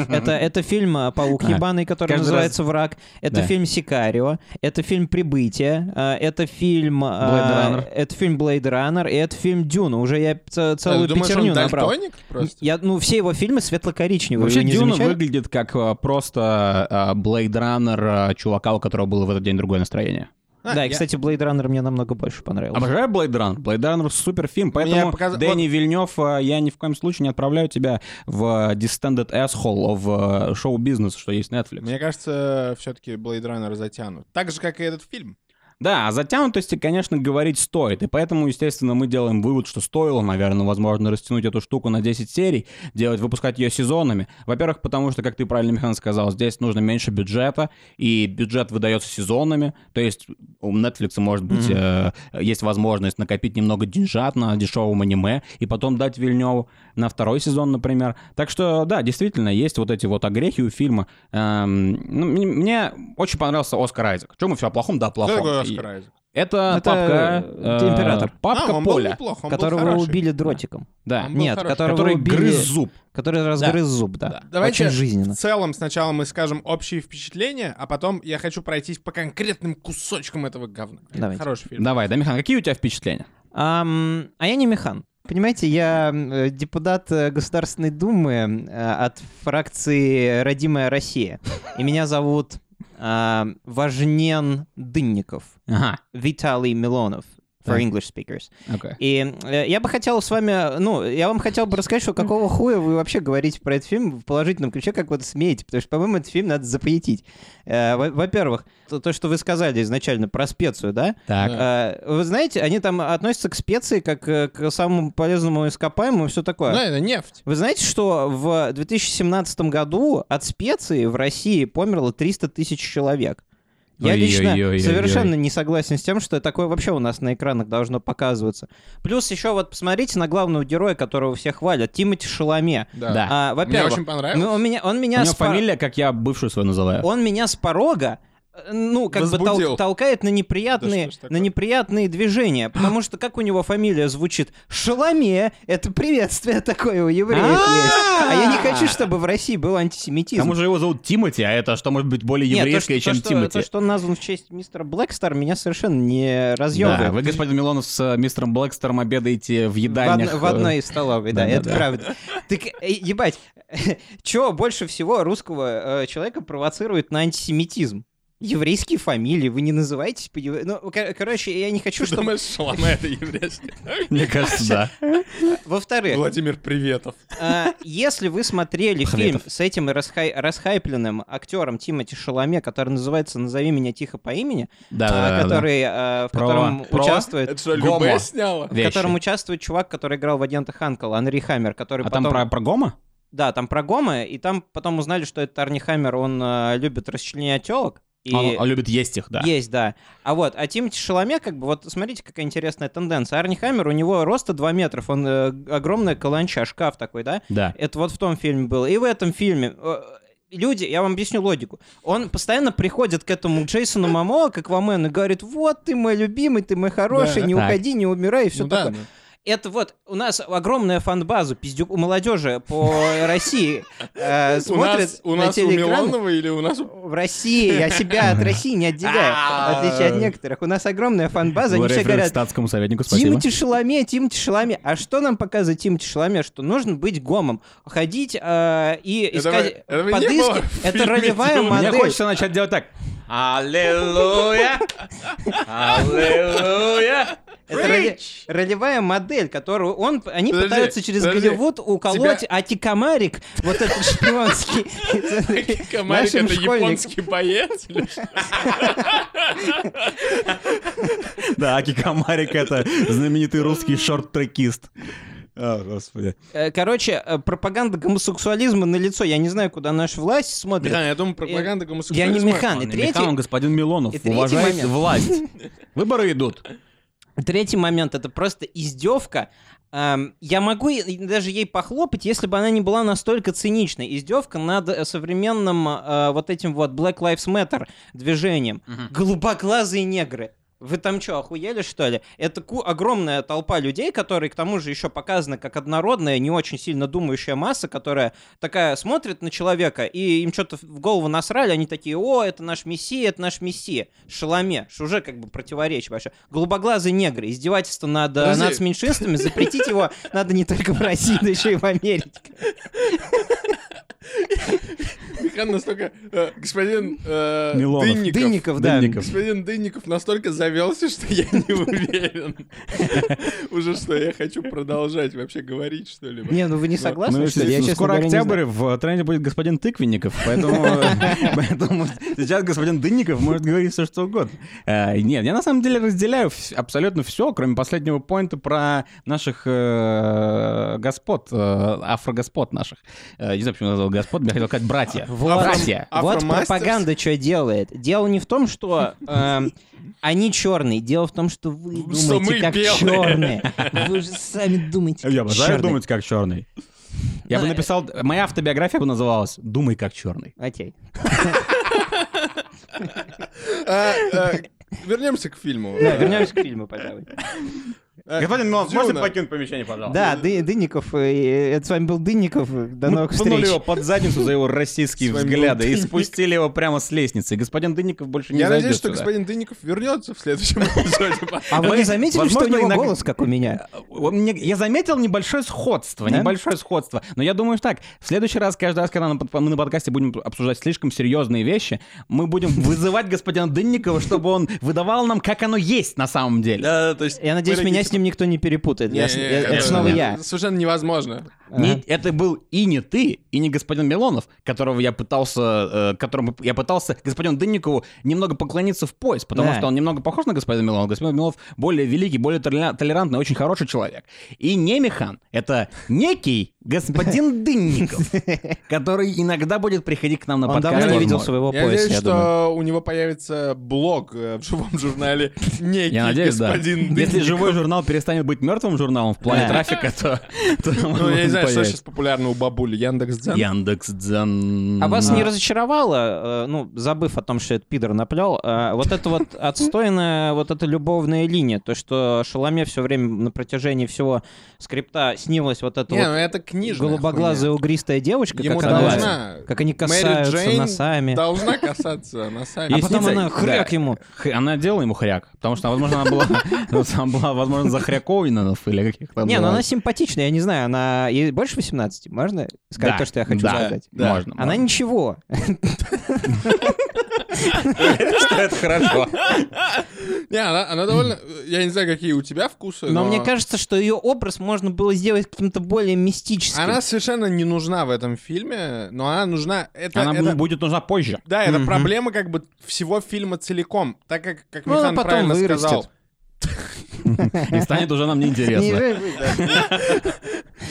[SPEAKER 2] Это, это фильм э, «Паук
[SPEAKER 1] А,
[SPEAKER 2] ебаный», который
[SPEAKER 1] каждый
[SPEAKER 2] называется «Враг», это
[SPEAKER 1] Да.
[SPEAKER 2] фильм «Сикарио», это фильм «Прибытие», э, это фильм... э,
[SPEAKER 1] Blade Runner.
[SPEAKER 2] Это фильм «Блейд Раннер», и это фильм «Дюна». Уже я ц- целую
[SPEAKER 3] Э, Думаешь,
[SPEAKER 2] пятерню
[SPEAKER 3] он
[SPEAKER 2] набрал.
[SPEAKER 3] дальтоник просто?
[SPEAKER 2] Я, ну, все его фильмы светло-коричневые.
[SPEAKER 1] Вообще,
[SPEAKER 2] вы не
[SPEAKER 1] Дюна
[SPEAKER 2] замечали?
[SPEAKER 1] выглядит как э, просто э, Blade Runner э, чувака, у которого было в этот день другое настроение.
[SPEAKER 3] А,
[SPEAKER 2] да,
[SPEAKER 3] я- А
[SPEAKER 2] и, кстати, Blade Runner мне намного больше понравился.
[SPEAKER 1] Обожаю Blade Runner. Blade Runner супер фильм, поэтому,
[SPEAKER 3] показ-
[SPEAKER 1] Дэнни Вильнев, э, я ни в коем случае не отправляю тебя в э, Distended Asshole, в э, шоу-бизнес, что есть Netflix.
[SPEAKER 3] Мне кажется, все-таки Blade Runner затянут. Так же, как и этот фильм.
[SPEAKER 1] Да, о затянутости, конечно, говорить стоит, и поэтому, естественно, мы делаем вывод, что стоило, наверное, возможно, растянуть эту штуку на 10 серий, делать, выпускать ее сезонами. Во-первых, потому что, как ты правильно, Михан, сказал, здесь нужно меньше бюджета, и бюджет выдается сезонами, то есть у Netflix, может быть, э, есть возможность накопить немного деньжат на дешевом аниме, и потом дать Вильневу на второй сезон, например. Так что, да, действительно, есть вот эти вот огрехи у фильма. Эм, ну, мне, мне очень понравился Оскар Айзек. Что мы все о плохом? Да, о
[SPEAKER 3] Что
[SPEAKER 1] плохом.
[SPEAKER 3] такое
[SPEAKER 1] И-
[SPEAKER 3] Оскар Айзек?
[SPEAKER 1] это,
[SPEAKER 2] Ну, Это
[SPEAKER 1] папка...
[SPEAKER 2] э, император.
[SPEAKER 1] Папка
[SPEAKER 3] А, он был
[SPEAKER 1] Поля,
[SPEAKER 3] неплох, он был
[SPEAKER 2] которого
[SPEAKER 3] хороший. А.
[SPEAKER 2] убили дротиком.
[SPEAKER 1] да.
[SPEAKER 3] Он был
[SPEAKER 2] Нет,
[SPEAKER 3] хороший.
[SPEAKER 2] которого
[SPEAKER 1] Который
[SPEAKER 2] убили...
[SPEAKER 1] грыз зуб.
[SPEAKER 2] Который разгрыз зуб, да.
[SPEAKER 3] Давайте
[SPEAKER 2] Очень жизненно.
[SPEAKER 3] в целом сначала мы скажем общие впечатления, а потом я хочу пройтись по конкретным кусочкам этого говна.
[SPEAKER 2] Давайте.
[SPEAKER 3] Хороший фильм.
[SPEAKER 1] Давай, да, Михан, какие у тебя впечатления?
[SPEAKER 2] Ам, а я не механ. Понимаете, я э, депутат э, Государственной Думы э, от фракции «Родимая Россия». И меня зовут а, Важнен Дынников.
[SPEAKER 1] Ага,
[SPEAKER 2] Виталий Милонов. For
[SPEAKER 1] Так.
[SPEAKER 2] English speakers.
[SPEAKER 1] окей.
[SPEAKER 2] И э, я бы хотел с вами, ну, я вам хотел бы рассказать, что какого хуя вы вообще говорите про этот фильм в положительном ключе, как вот смеете, потому что, по-моему, этот фильм надо запретить. Э, во- Во-первых, то, то, что вы сказали изначально про специю, да?
[SPEAKER 1] Так,
[SPEAKER 3] Да.
[SPEAKER 2] Э, Вы знаете, они там относятся к специи как э, к самому полезному ископаемому и все такое.
[SPEAKER 3] Ну, это нефть.
[SPEAKER 2] Вы знаете, что в 2017 году от специи в России померло 300 тысяч человек? Я лично
[SPEAKER 1] Ой-ой-ой-ой-ой.
[SPEAKER 2] совершенно не согласен с тем, что такое вообще у нас на экранах должно показываться. Плюс еще вот посмотрите на главного героя, которого все хвалят, Тимати Шаломе.
[SPEAKER 1] Да.
[SPEAKER 2] А,
[SPEAKER 3] Мне
[SPEAKER 2] во-первых,
[SPEAKER 3] очень понравилось.
[SPEAKER 2] ну, он меня, он
[SPEAKER 1] у
[SPEAKER 2] меня,
[SPEAKER 1] него
[SPEAKER 2] с пор-
[SPEAKER 1] фамилия, как я бывшую свою называю.
[SPEAKER 2] он меня с порога э, ну, как бы
[SPEAKER 3] Возбудил.
[SPEAKER 2] тол- толкает на
[SPEAKER 3] Да
[SPEAKER 2] неприятные,
[SPEAKER 3] что ж такое?
[SPEAKER 2] на неприятные движения. Потому что как у него фамилия звучит? Шаломе! Это приветствие такое у евреев есть. А я не хочу, чтобы в России был
[SPEAKER 1] К тому
[SPEAKER 2] антисемитизм.
[SPEAKER 1] же его зовут Тимати, а это что может быть более
[SPEAKER 2] Нет, то,
[SPEAKER 1] еврейское,
[SPEAKER 2] что-
[SPEAKER 1] чем
[SPEAKER 2] то, что-
[SPEAKER 1] Тимати?
[SPEAKER 2] То, что он назван в честь мистера Блэкстар, меня совершенно не
[SPEAKER 1] Да,
[SPEAKER 2] разъебывает.
[SPEAKER 1] вы, господин Милонов, с э, мистером Блэкстером обедаете в
[SPEAKER 2] В, одно-
[SPEAKER 1] едальнях. э,
[SPEAKER 2] в одной из столовой, да,
[SPEAKER 1] Да, да,
[SPEAKER 2] это
[SPEAKER 1] да.
[SPEAKER 2] правда. Так, э, ебать, чё больше всего русского э, человека провоцирует на антисемитизм? Еврейские фамилии, вы не называетесь по евре- Ну, кор- короче, я не хочу,
[SPEAKER 3] Ты
[SPEAKER 2] чтобы...
[SPEAKER 3] думаешь, Шаломе это еврейский?
[SPEAKER 1] э, Мне кажется, да.
[SPEAKER 2] Во-вторых,
[SPEAKER 3] Владимир Приветов.
[SPEAKER 2] А, Если вы смотрели фильм
[SPEAKER 1] Пахлетов.
[SPEAKER 2] с этим расхай- расхайпленным актером Тимати Шаломе, который называется «Назови меня тихо по имени»,
[SPEAKER 1] Да,
[SPEAKER 2] а,
[SPEAKER 1] да, да, да.
[SPEAKER 2] который, а, в
[SPEAKER 1] Про-
[SPEAKER 2] котором
[SPEAKER 1] про-
[SPEAKER 2] участвует... Ну,
[SPEAKER 3] Это что,
[SPEAKER 1] Гомо.
[SPEAKER 3] Любэ сняла?
[SPEAKER 2] В
[SPEAKER 1] Вещи.
[SPEAKER 2] котором участвует чувак, который играл в агентах Ханкл, Анри Хаммер, который
[SPEAKER 1] А
[SPEAKER 2] потом...
[SPEAKER 1] там про про Гома?
[SPEAKER 2] Да, там про Гома, и там потом узнали, что этот Арни Хаммер, он а, любит расчленять телок. И...
[SPEAKER 3] А,
[SPEAKER 1] Он он любит есть их, да.
[SPEAKER 2] Есть, да. А вот, а Тимати Шаломе, как бы, вот смотрите, какая интересная тенденция. Арни Хаммер, у него роста 2 метров, он э, огромная каланча, шкаф такой, да?
[SPEAKER 1] Да.
[SPEAKER 2] Это вот в том фильме было. И в этом фильме э, люди, я вам объясню логику. Он постоянно приходит к этому Джейсону Мамоа, как Аквамен, и говорит, вот ты мой любимый, ты мой хороший,
[SPEAKER 3] Да.
[SPEAKER 2] не
[SPEAKER 1] Так.
[SPEAKER 2] уходи, не умирай, и все
[SPEAKER 3] Ну да,
[SPEAKER 2] такое. Это вот, у нас огромная фан-база, пиздюк, у молодежи по России э,
[SPEAKER 3] У нас,
[SPEAKER 2] смотрит
[SPEAKER 3] у
[SPEAKER 2] на
[SPEAKER 3] нас у
[SPEAKER 2] телеэкраны.
[SPEAKER 3] Милонова или у нас у...
[SPEAKER 2] В России, я себя от России не отделяю,
[SPEAKER 3] А.
[SPEAKER 2] в отличие от некоторых. У нас огромная фан-база, они
[SPEAKER 1] Говорю
[SPEAKER 2] все говорят,
[SPEAKER 1] статскому советнику, спасибо.
[SPEAKER 2] Тимати Шаломе, Тимати Шаломе. А что нам показывает Тимати Шаломе? Что нужно быть гомом. Ходить э, и
[SPEAKER 3] Этого-
[SPEAKER 2] искать
[SPEAKER 3] этого не было
[SPEAKER 2] подыски.
[SPEAKER 3] в
[SPEAKER 2] Это
[SPEAKER 3] фильме
[SPEAKER 2] ролевая
[SPEAKER 3] «Дюна».
[SPEAKER 1] Мне
[SPEAKER 2] модель.
[SPEAKER 1] хочется начать делать так. Аллилуйя! Аллилуйя!
[SPEAKER 2] Это роли- ролевая модель, которую он... Они
[SPEAKER 3] Подожди,
[SPEAKER 2] пытаются через
[SPEAKER 3] подожди.
[SPEAKER 2] Голливуд уколоть
[SPEAKER 3] Тебя-
[SPEAKER 2] Атикамарик, вот этот шпионский.
[SPEAKER 3] Комарик
[SPEAKER 2] нашим
[SPEAKER 3] это
[SPEAKER 2] школьникам.
[SPEAKER 3] японский боец? или что?
[SPEAKER 1] Да, Аки Камарик это знаменитый русский шорт-трекист. О, господи.
[SPEAKER 2] Э, Короче, э, пропаганда гомосексуализма на лицо. Я не знаю, куда наша власть смотрит.
[SPEAKER 3] Михан, я думаю,
[SPEAKER 2] Я не
[SPEAKER 3] пропаганда гомосексуализма.
[SPEAKER 2] механ. А, И третий,
[SPEAKER 1] Михаил, господин Милонов,
[SPEAKER 2] и третий
[SPEAKER 1] уважает
[SPEAKER 2] момент.
[SPEAKER 1] власть. Выборы идут.
[SPEAKER 2] Третий момент это просто издевка э, Эм, Я могу и- даже ей похлопать, если бы она не была настолько циничной. Издевка над э, современным э, вот этим вот Black Lives Matter движением. Голубоглазые негры. Вы там что, охуели, что ли? Это ку- огромная толпа людей, которые, к тому же, еще показаны как однородная, не очень сильно думающая масса, которая такая смотрит на человека, и им что-то в голову насрали, они такие, о, это наш мессия, это наш мессия. Шаломе, что уже как бы противоречие вообще. Голубоглазые негры, издевательство над э,
[SPEAKER 3] Подожди.
[SPEAKER 2] нацменьшинствами, запретить его надо не только в России, но еще и в Америке.
[SPEAKER 3] Михан настолько... э, господин э,
[SPEAKER 1] Милонов.
[SPEAKER 3] Дынников.
[SPEAKER 2] Дынников, да.
[SPEAKER 1] Дынников.
[SPEAKER 3] Господин Дынников настолько завелся, что я не уверен. Уже что, я хочу продолжать вообще говорить что-либо.
[SPEAKER 2] Не, ну вы не согласны,
[SPEAKER 1] Ну,
[SPEAKER 2] что ли?
[SPEAKER 1] естественно,
[SPEAKER 2] Я, честно
[SPEAKER 1] скоро
[SPEAKER 2] говоря, не знаю.
[SPEAKER 1] октябрь, в тренде будет господин Тыквенников, поэтому, поэтому сейчас господин Дынников может говорить все, что угодно. Э, Нет, я на самом деле разделяю вс- абсолютно все, кроме последнего поинта про наших э, господ, э, афрогоспод наших. Э, Не знаю, почему я назвал господ, я хотел сказать братья.
[SPEAKER 2] Вот.
[SPEAKER 1] Братья.
[SPEAKER 2] Вот
[SPEAKER 3] Афромастерс?
[SPEAKER 2] пропаганда что делает. Дело не в том, что эм, они черные. Дело в том, что вы
[SPEAKER 3] Что
[SPEAKER 2] думаете
[SPEAKER 3] мы
[SPEAKER 2] как
[SPEAKER 3] белые.
[SPEAKER 2] черные. Вы же сами думаете как
[SPEAKER 1] Я обожаю
[SPEAKER 2] чёрные.
[SPEAKER 1] думать как черный. Я бы
[SPEAKER 2] Да.
[SPEAKER 1] написал, моя автобиография бы называлась «Думай как черный».
[SPEAKER 2] Окей.
[SPEAKER 3] А, э, Вернемся к фильму.
[SPEAKER 2] Да, вернемся к фильму, пожалуй.
[SPEAKER 3] Э,
[SPEAKER 1] Господин Милонов,
[SPEAKER 3] Дюна.
[SPEAKER 1] можете покинуть помещение, пожалуйста?
[SPEAKER 2] Да, Ды- Дынников, э, э, это с вами был Дынников. До
[SPEAKER 1] Мы
[SPEAKER 2] новых
[SPEAKER 1] пнули
[SPEAKER 2] встреч.
[SPEAKER 1] его под задницу за его российские
[SPEAKER 3] ну, С вами был
[SPEAKER 1] взгляды и
[SPEAKER 3] Дынников.
[SPEAKER 1] спустили его прямо с лестницы. Господин Дынников больше не
[SPEAKER 3] Я
[SPEAKER 1] зайдет
[SPEAKER 3] надеюсь, что
[SPEAKER 1] сюда.
[SPEAKER 3] господин Дынников вернется в следующем эпизоде.
[SPEAKER 2] А вы
[SPEAKER 1] Мы-
[SPEAKER 2] не заметили, что у
[SPEAKER 1] возможно,
[SPEAKER 2] него
[SPEAKER 1] иногда-
[SPEAKER 2] голос, как у меня?
[SPEAKER 1] Он А, мне- Я заметил небольшое сходство,
[SPEAKER 2] Да?
[SPEAKER 1] небольшое сходство. Но я думаю, что так, в следующий раз, каждый раз, когда на под- мы на подкасте будем обсуждать слишком серьезные вещи, мы будем вызывать господина Дынникова, чтобы он выдавал нам, как оно есть на самом деле.
[SPEAKER 3] Да, то есть...
[SPEAKER 2] Я надеюсь, меня с ним никто не перепутает. Я с-
[SPEAKER 3] Не-не-не,
[SPEAKER 2] я- Это
[SPEAKER 3] конечно,
[SPEAKER 2] снова
[SPEAKER 3] нет.
[SPEAKER 2] я.
[SPEAKER 3] Совершенно невозможно.
[SPEAKER 1] Не-
[SPEAKER 2] Ага.
[SPEAKER 1] это был и не ты, и не господин Милонов, которого я пытался, э, которому я пытался господину Дынникову немного поклониться в пояс, потому
[SPEAKER 2] Да.
[SPEAKER 1] что он немного похож на господина Милонова. Господин Милонов более великий, более толера- толерантный, очень хороший человек. И не Михан, это некий господин Дынников, который иногда будет приходить к нам на
[SPEAKER 2] Он
[SPEAKER 1] подкаст.
[SPEAKER 2] давно не видел
[SPEAKER 1] возможно.
[SPEAKER 2] своего
[SPEAKER 3] Я
[SPEAKER 2] пояса,
[SPEAKER 3] надеюсь,
[SPEAKER 2] я думаю.
[SPEAKER 3] что у него появится блог э, в живом журнале «Некий
[SPEAKER 1] Я надеюсь, да.
[SPEAKER 3] господин
[SPEAKER 1] Если
[SPEAKER 3] Дынников».
[SPEAKER 1] живой журнал перестанет быть мертвым журналом в плане
[SPEAKER 2] Да.
[SPEAKER 1] трафика, то... то
[SPEAKER 3] Ну, я не
[SPEAKER 1] он
[SPEAKER 3] знаю, что
[SPEAKER 1] появится.
[SPEAKER 3] сейчас популярно у бабули. Яндекс.Дзен?
[SPEAKER 1] Яндекс.Дзен.
[SPEAKER 2] А вас не разочаровало, э, ну, забыв о том, что это пидор наплел, э, вот это вот отстойная вот эта любовная линия, то, что Шаломе все время на протяжении всего скрипта снилась вот эта
[SPEAKER 3] Не, ну
[SPEAKER 2] вот
[SPEAKER 3] это книжная
[SPEAKER 2] голубоглазая угристая девочка,
[SPEAKER 3] Ему
[SPEAKER 2] как, она,
[SPEAKER 3] должна-
[SPEAKER 2] как они
[SPEAKER 3] хуйня. Мэри
[SPEAKER 2] касаются
[SPEAKER 3] Джейн
[SPEAKER 2] носами.
[SPEAKER 3] должна касаться носами.
[SPEAKER 2] А
[SPEAKER 1] Есть-
[SPEAKER 2] потом
[SPEAKER 1] Ясница-
[SPEAKER 2] она хряк
[SPEAKER 1] да.
[SPEAKER 2] ему.
[SPEAKER 1] Х- Она делала ему хряк, потому что, возможно, она была, ну, она была возможно, захряковина или каких-то.
[SPEAKER 2] Не, ну
[SPEAKER 1] была.
[SPEAKER 2] она симпатичная, я не знаю, она... Ей больше 18, можно сказать
[SPEAKER 1] Да,
[SPEAKER 2] то, что я хочу
[SPEAKER 1] да,
[SPEAKER 2] сказать?
[SPEAKER 1] да. Можно.
[SPEAKER 2] Она ничего.
[SPEAKER 1] это хорошо.
[SPEAKER 3] Не, она, она довольно... Я не знаю, какие у тебя вкусы,
[SPEAKER 2] Но мне кажется, что ее образ можно было сделать каким-то более мистическим.
[SPEAKER 3] Она совершенно не нужна в этом фильме, но она нужна... Это,
[SPEAKER 1] Она
[SPEAKER 3] это-
[SPEAKER 1] бу- будет нужна позже.
[SPEAKER 3] Да, это
[SPEAKER 2] Мгм.
[SPEAKER 3] проблема как бы всего фильма целиком. Так как, как
[SPEAKER 2] Ну, она
[SPEAKER 3] Михан
[SPEAKER 2] потом
[SPEAKER 3] правильно
[SPEAKER 2] вырастет.
[SPEAKER 3] сказал,
[SPEAKER 1] И станет уже нам неинтересно.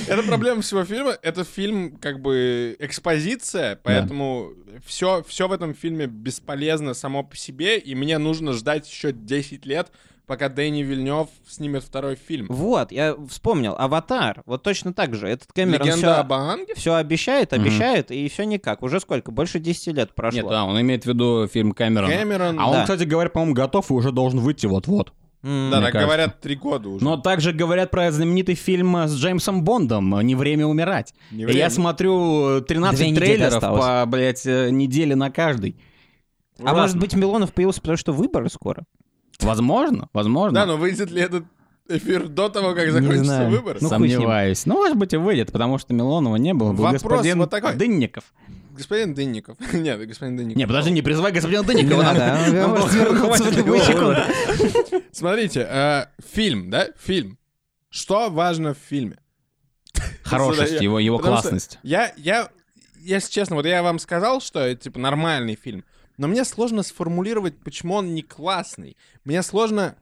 [SPEAKER 3] это проблема всего фильма. Это фильм как бы экспозиция, поэтому все, все в этом фильме бесполезно само по себе, и мне нужно ждать еще 10 лет, пока Дэнни Вильнев снимет второй фильм.
[SPEAKER 2] Вот, я вспомнил. Аватар. Вот точно так же. Этот Кэмерон
[SPEAKER 3] Легенда
[SPEAKER 2] все,
[SPEAKER 3] об Аанге?
[SPEAKER 2] обещает,
[SPEAKER 1] Мгм.
[SPEAKER 2] обещает, и все никак. Уже сколько? Больше 10 лет прошло.
[SPEAKER 1] Нет, да, он имеет в виду фильм Камерон.
[SPEAKER 3] Кэмерон.
[SPEAKER 1] А
[SPEAKER 2] Да.
[SPEAKER 1] он, кстати говоря, по-моему, готов и уже должен выйти вот-вот.
[SPEAKER 2] М,
[SPEAKER 3] да,
[SPEAKER 1] мне
[SPEAKER 3] так
[SPEAKER 1] кажется.
[SPEAKER 3] говорят три года уже.
[SPEAKER 1] Но также говорят про знаменитый фильм э, с Джеймсом Бондом э, «Не время умирать».
[SPEAKER 3] Не
[SPEAKER 1] И
[SPEAKER 3] время.
[SPEAKER 1] я смотрю э, 13
[SPEAKER 2] Две недели
[SPEAKER 1] трейлеров
[SPEAKER 2] осталось.
[SPEAKER 1] по, блядь, э, неделе на каждый.
[SPEAKER 2] А может быть, Милонов появился, потому что выборы скоро?
[SPEAKER 1] Возможно,
[SPEAKER 2] ну,
[SPEAKER 1] возможно.
[SPEAKER 3] Да, но выйдет ли этот эфир до того, как
[SPEAKER 2] Не
[SPEAKER 3] закончится
[SPEAKER 2] знаю.
[SPEAKER 3] выбор?
[SPEAKER 2] Ну, хуй с ним.
[SPEAKER 1] Сомневаюсь. Ну, может быть, и выйдет, потому что Милонова не было. Был
[SPEAKER 3] Вопрос
[SPEAKER 1] господин
[SPEAKER 3] вот такой.
[SPEAKER 1] Дынников.
[SPEAKER 3] Господин Дынников. Нет, господин Дынников.
[SPEAKER 1] Не, подожди, не призывай господина Дынникова.
[SPEAKER 2] Не надо,
[SPEAKER 1] нам-
[SPEAKER 2] а,
[SPEAKER 1] нам
[SPEAKER 2] может
[SPEAKER 1] было-
[SPEAKER 2] вернуться
[SPEAKER 1] хватит
[SPEAKER 2] в любую
[SPEAKER 1] такого.
[SPEAKER 2] секунду.
[SPEAKER 3] Смотрите, э, фильм, да? Фильм. Что важно в фильме?
[SPEAKER 1] Хорошесть, его, его
[SPEAKER 3] Потому что
[SPEAKER 1] классность.
[SPEAKER 3] Я, я, если честно, вот я вам сказал, что это, типа, нормальный фильм, но мне сложно сформулировать, почему он не классный. Мне сложно,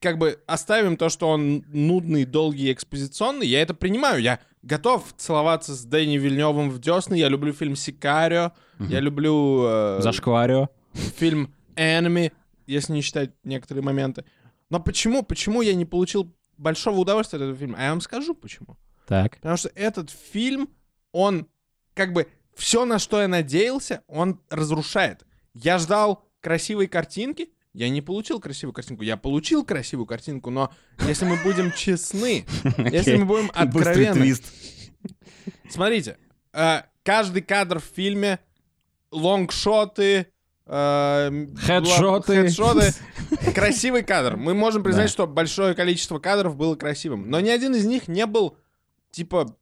[SPEAKER 3] как бы, оставим то, что он нудный, долгий, экспозиционный, я это принимаю, я готов целоваться с Дэнни Вильневым в десны, я люблю фильм «Сикарио», я люблю э,
[SPEAKER 1] Зашкварю.
[SPEAKER 3] фильм Enemy, если не считать некоторые моменты. Но почему, почему я не получил большого удовольствия от этого фильма. А я вам скажу почему.
[SPEAKER 1] Так.
[SPEAKER 3] Потому что этот фильм, он как бы все, на что я надеялся, он разрушает. Я ждал красивой картинки, я не получил красивую картинку. Я получил красивую картинку, но если мы будем честны, если мы будем
[SPEAKER 1] Быстрый
[SPEAKER 3] откровенны,
[SPEAKER 1] твист.
[SPEAKER 3] Смотрите, э, каждый кадр в фильме, лонгшоты, э,
[SPEAKER 1] Хедшоты.
[SPEAKER 3] ло- хедшоты. красивый кадр. Мы можем признать, что большое количество кадров было красивым, но ни один из них не был типа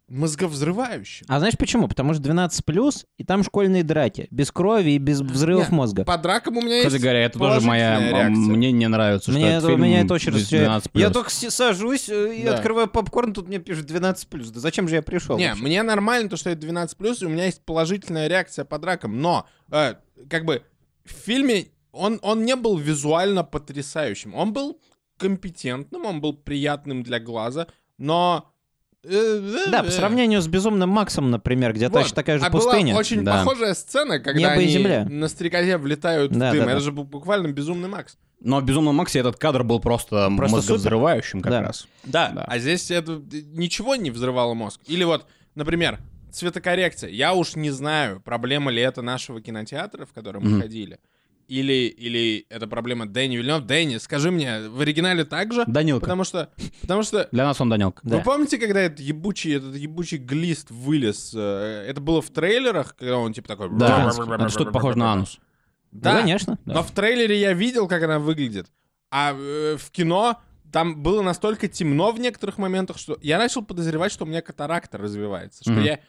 [SPEAKER 3] мозговзрывающим.
[SPEAKER 2] А знаешь почему? Потому что 12 плюс, и там школьные драки. Без крови и без взрывов
[SPEAKER 3] Нет,
[SPEAKER 2] мозга.
[SPEAKER 3] По дракам у меня
[SPEAKER 1] Кстати
[SPEAKER 3] есть.
[SPEAKER 1] говоря, это тоже моя...
[SPEAKER 3] положительная
[SPEAKER 1] м,
[SPEAKER 3] реакция.
[SPEAKER 1] Мне не нравится, что
[SPEAKER 2] Мне
[SPEAKER 1] этот
[SPEAKER 2] это,
[SPEAKER 1] а фильм
[SPEAKER 2] меня это очень
[SPEAKER 1] из
[SPEAKER 2] расстреляет.
[SPEAKER 1] 12+..
[SPEAKER 2] Я только си- сажусь э, и
[SPEAKER 3] Да.
[SPEAKER 2] открываю попкорн, тут мне пишут 12 плюс. Да зачем же я пришел?
[SPEAKER 3] Не,
[SPEAKER 2] вообще?
[SPEAKER 3] мне нормально то, что это 12 плюс, и у меня есть положительная реакция по дракам, но э, как бы в фильме он, он не был визуально потрясающим. Он был компетентным, он был приятным для глаза, но... э,
[SPEAKER 2] Да, по сравнению с Безумным Максом, например, где точно такая же
[SPEAKER 3] а
[SPEAKER 2] пустыня.
[SPEAKER 3] была очень
[SPEAKER 1] Да.
[SPEAKER 3] похожая сцена, когда
[SPEAKER 2] Небо и
[SPEAKER 3] они
[SPEAKER 2] земля.
[SPEAKER 3] на стрекозе влетают в
[SPEAKER 2] Да,
[SPEAKER 3] дым.
[SPEAKER 2] да,
[SPEAKER 3] это
[SPEAKER 2] да.
[SPEAKER 3] же бу- буквально безумный Макс.
[SPEAKER 1] Но в «Безумном Максе» этот кадр был просто,
[SPEAKER 2] Просто
[SPEAKER 1] мозговзрывающим как
[SPEAKER 2] Да.
[SPEAKER 1] раз.
[SPEAKER 3] Да,
[SPEAKER 1] Да.
[SPEAKER 3] а здесь это ничего не взрывало мозг. Или вот, например, цветокоррекция. Я уж не знаю, проблема ли это нашего кинотеатра, в который мы
[SPEAKER 1] Мгм.
[SPEAKER 3] ходили, или, или это проблема Дэнни Вильнёв. Дэнни, скажи мне, в оригинале так же?
[SPEAKER 1] Данилка.
[SPEAKER 3] Потому что, потому что
[SPEAKER 1] Для нас он Данилка.
[SPEAKER 2] Да.
[SPEAKER 3] вы помните, когда этот ебучий, этот ебучий глист вылез? э, Это было в трейлерах, когда он типа такой...
[SPEAKER 1] Да, это что-то похоже на анус.
[SPEAKER 2] Да,
[SPEAKER 3] Да,
[SPEAKER 2] конечно.
[SPEAKER 3] но в трейлере я видел, как она выглядит. А э, в кино там было настолько темно в некоторых моментах, что я начал подозревать, что у меня катаракта развивается. Что
[SPEAKER 1] Мгм.
[SPEAKER 3] я...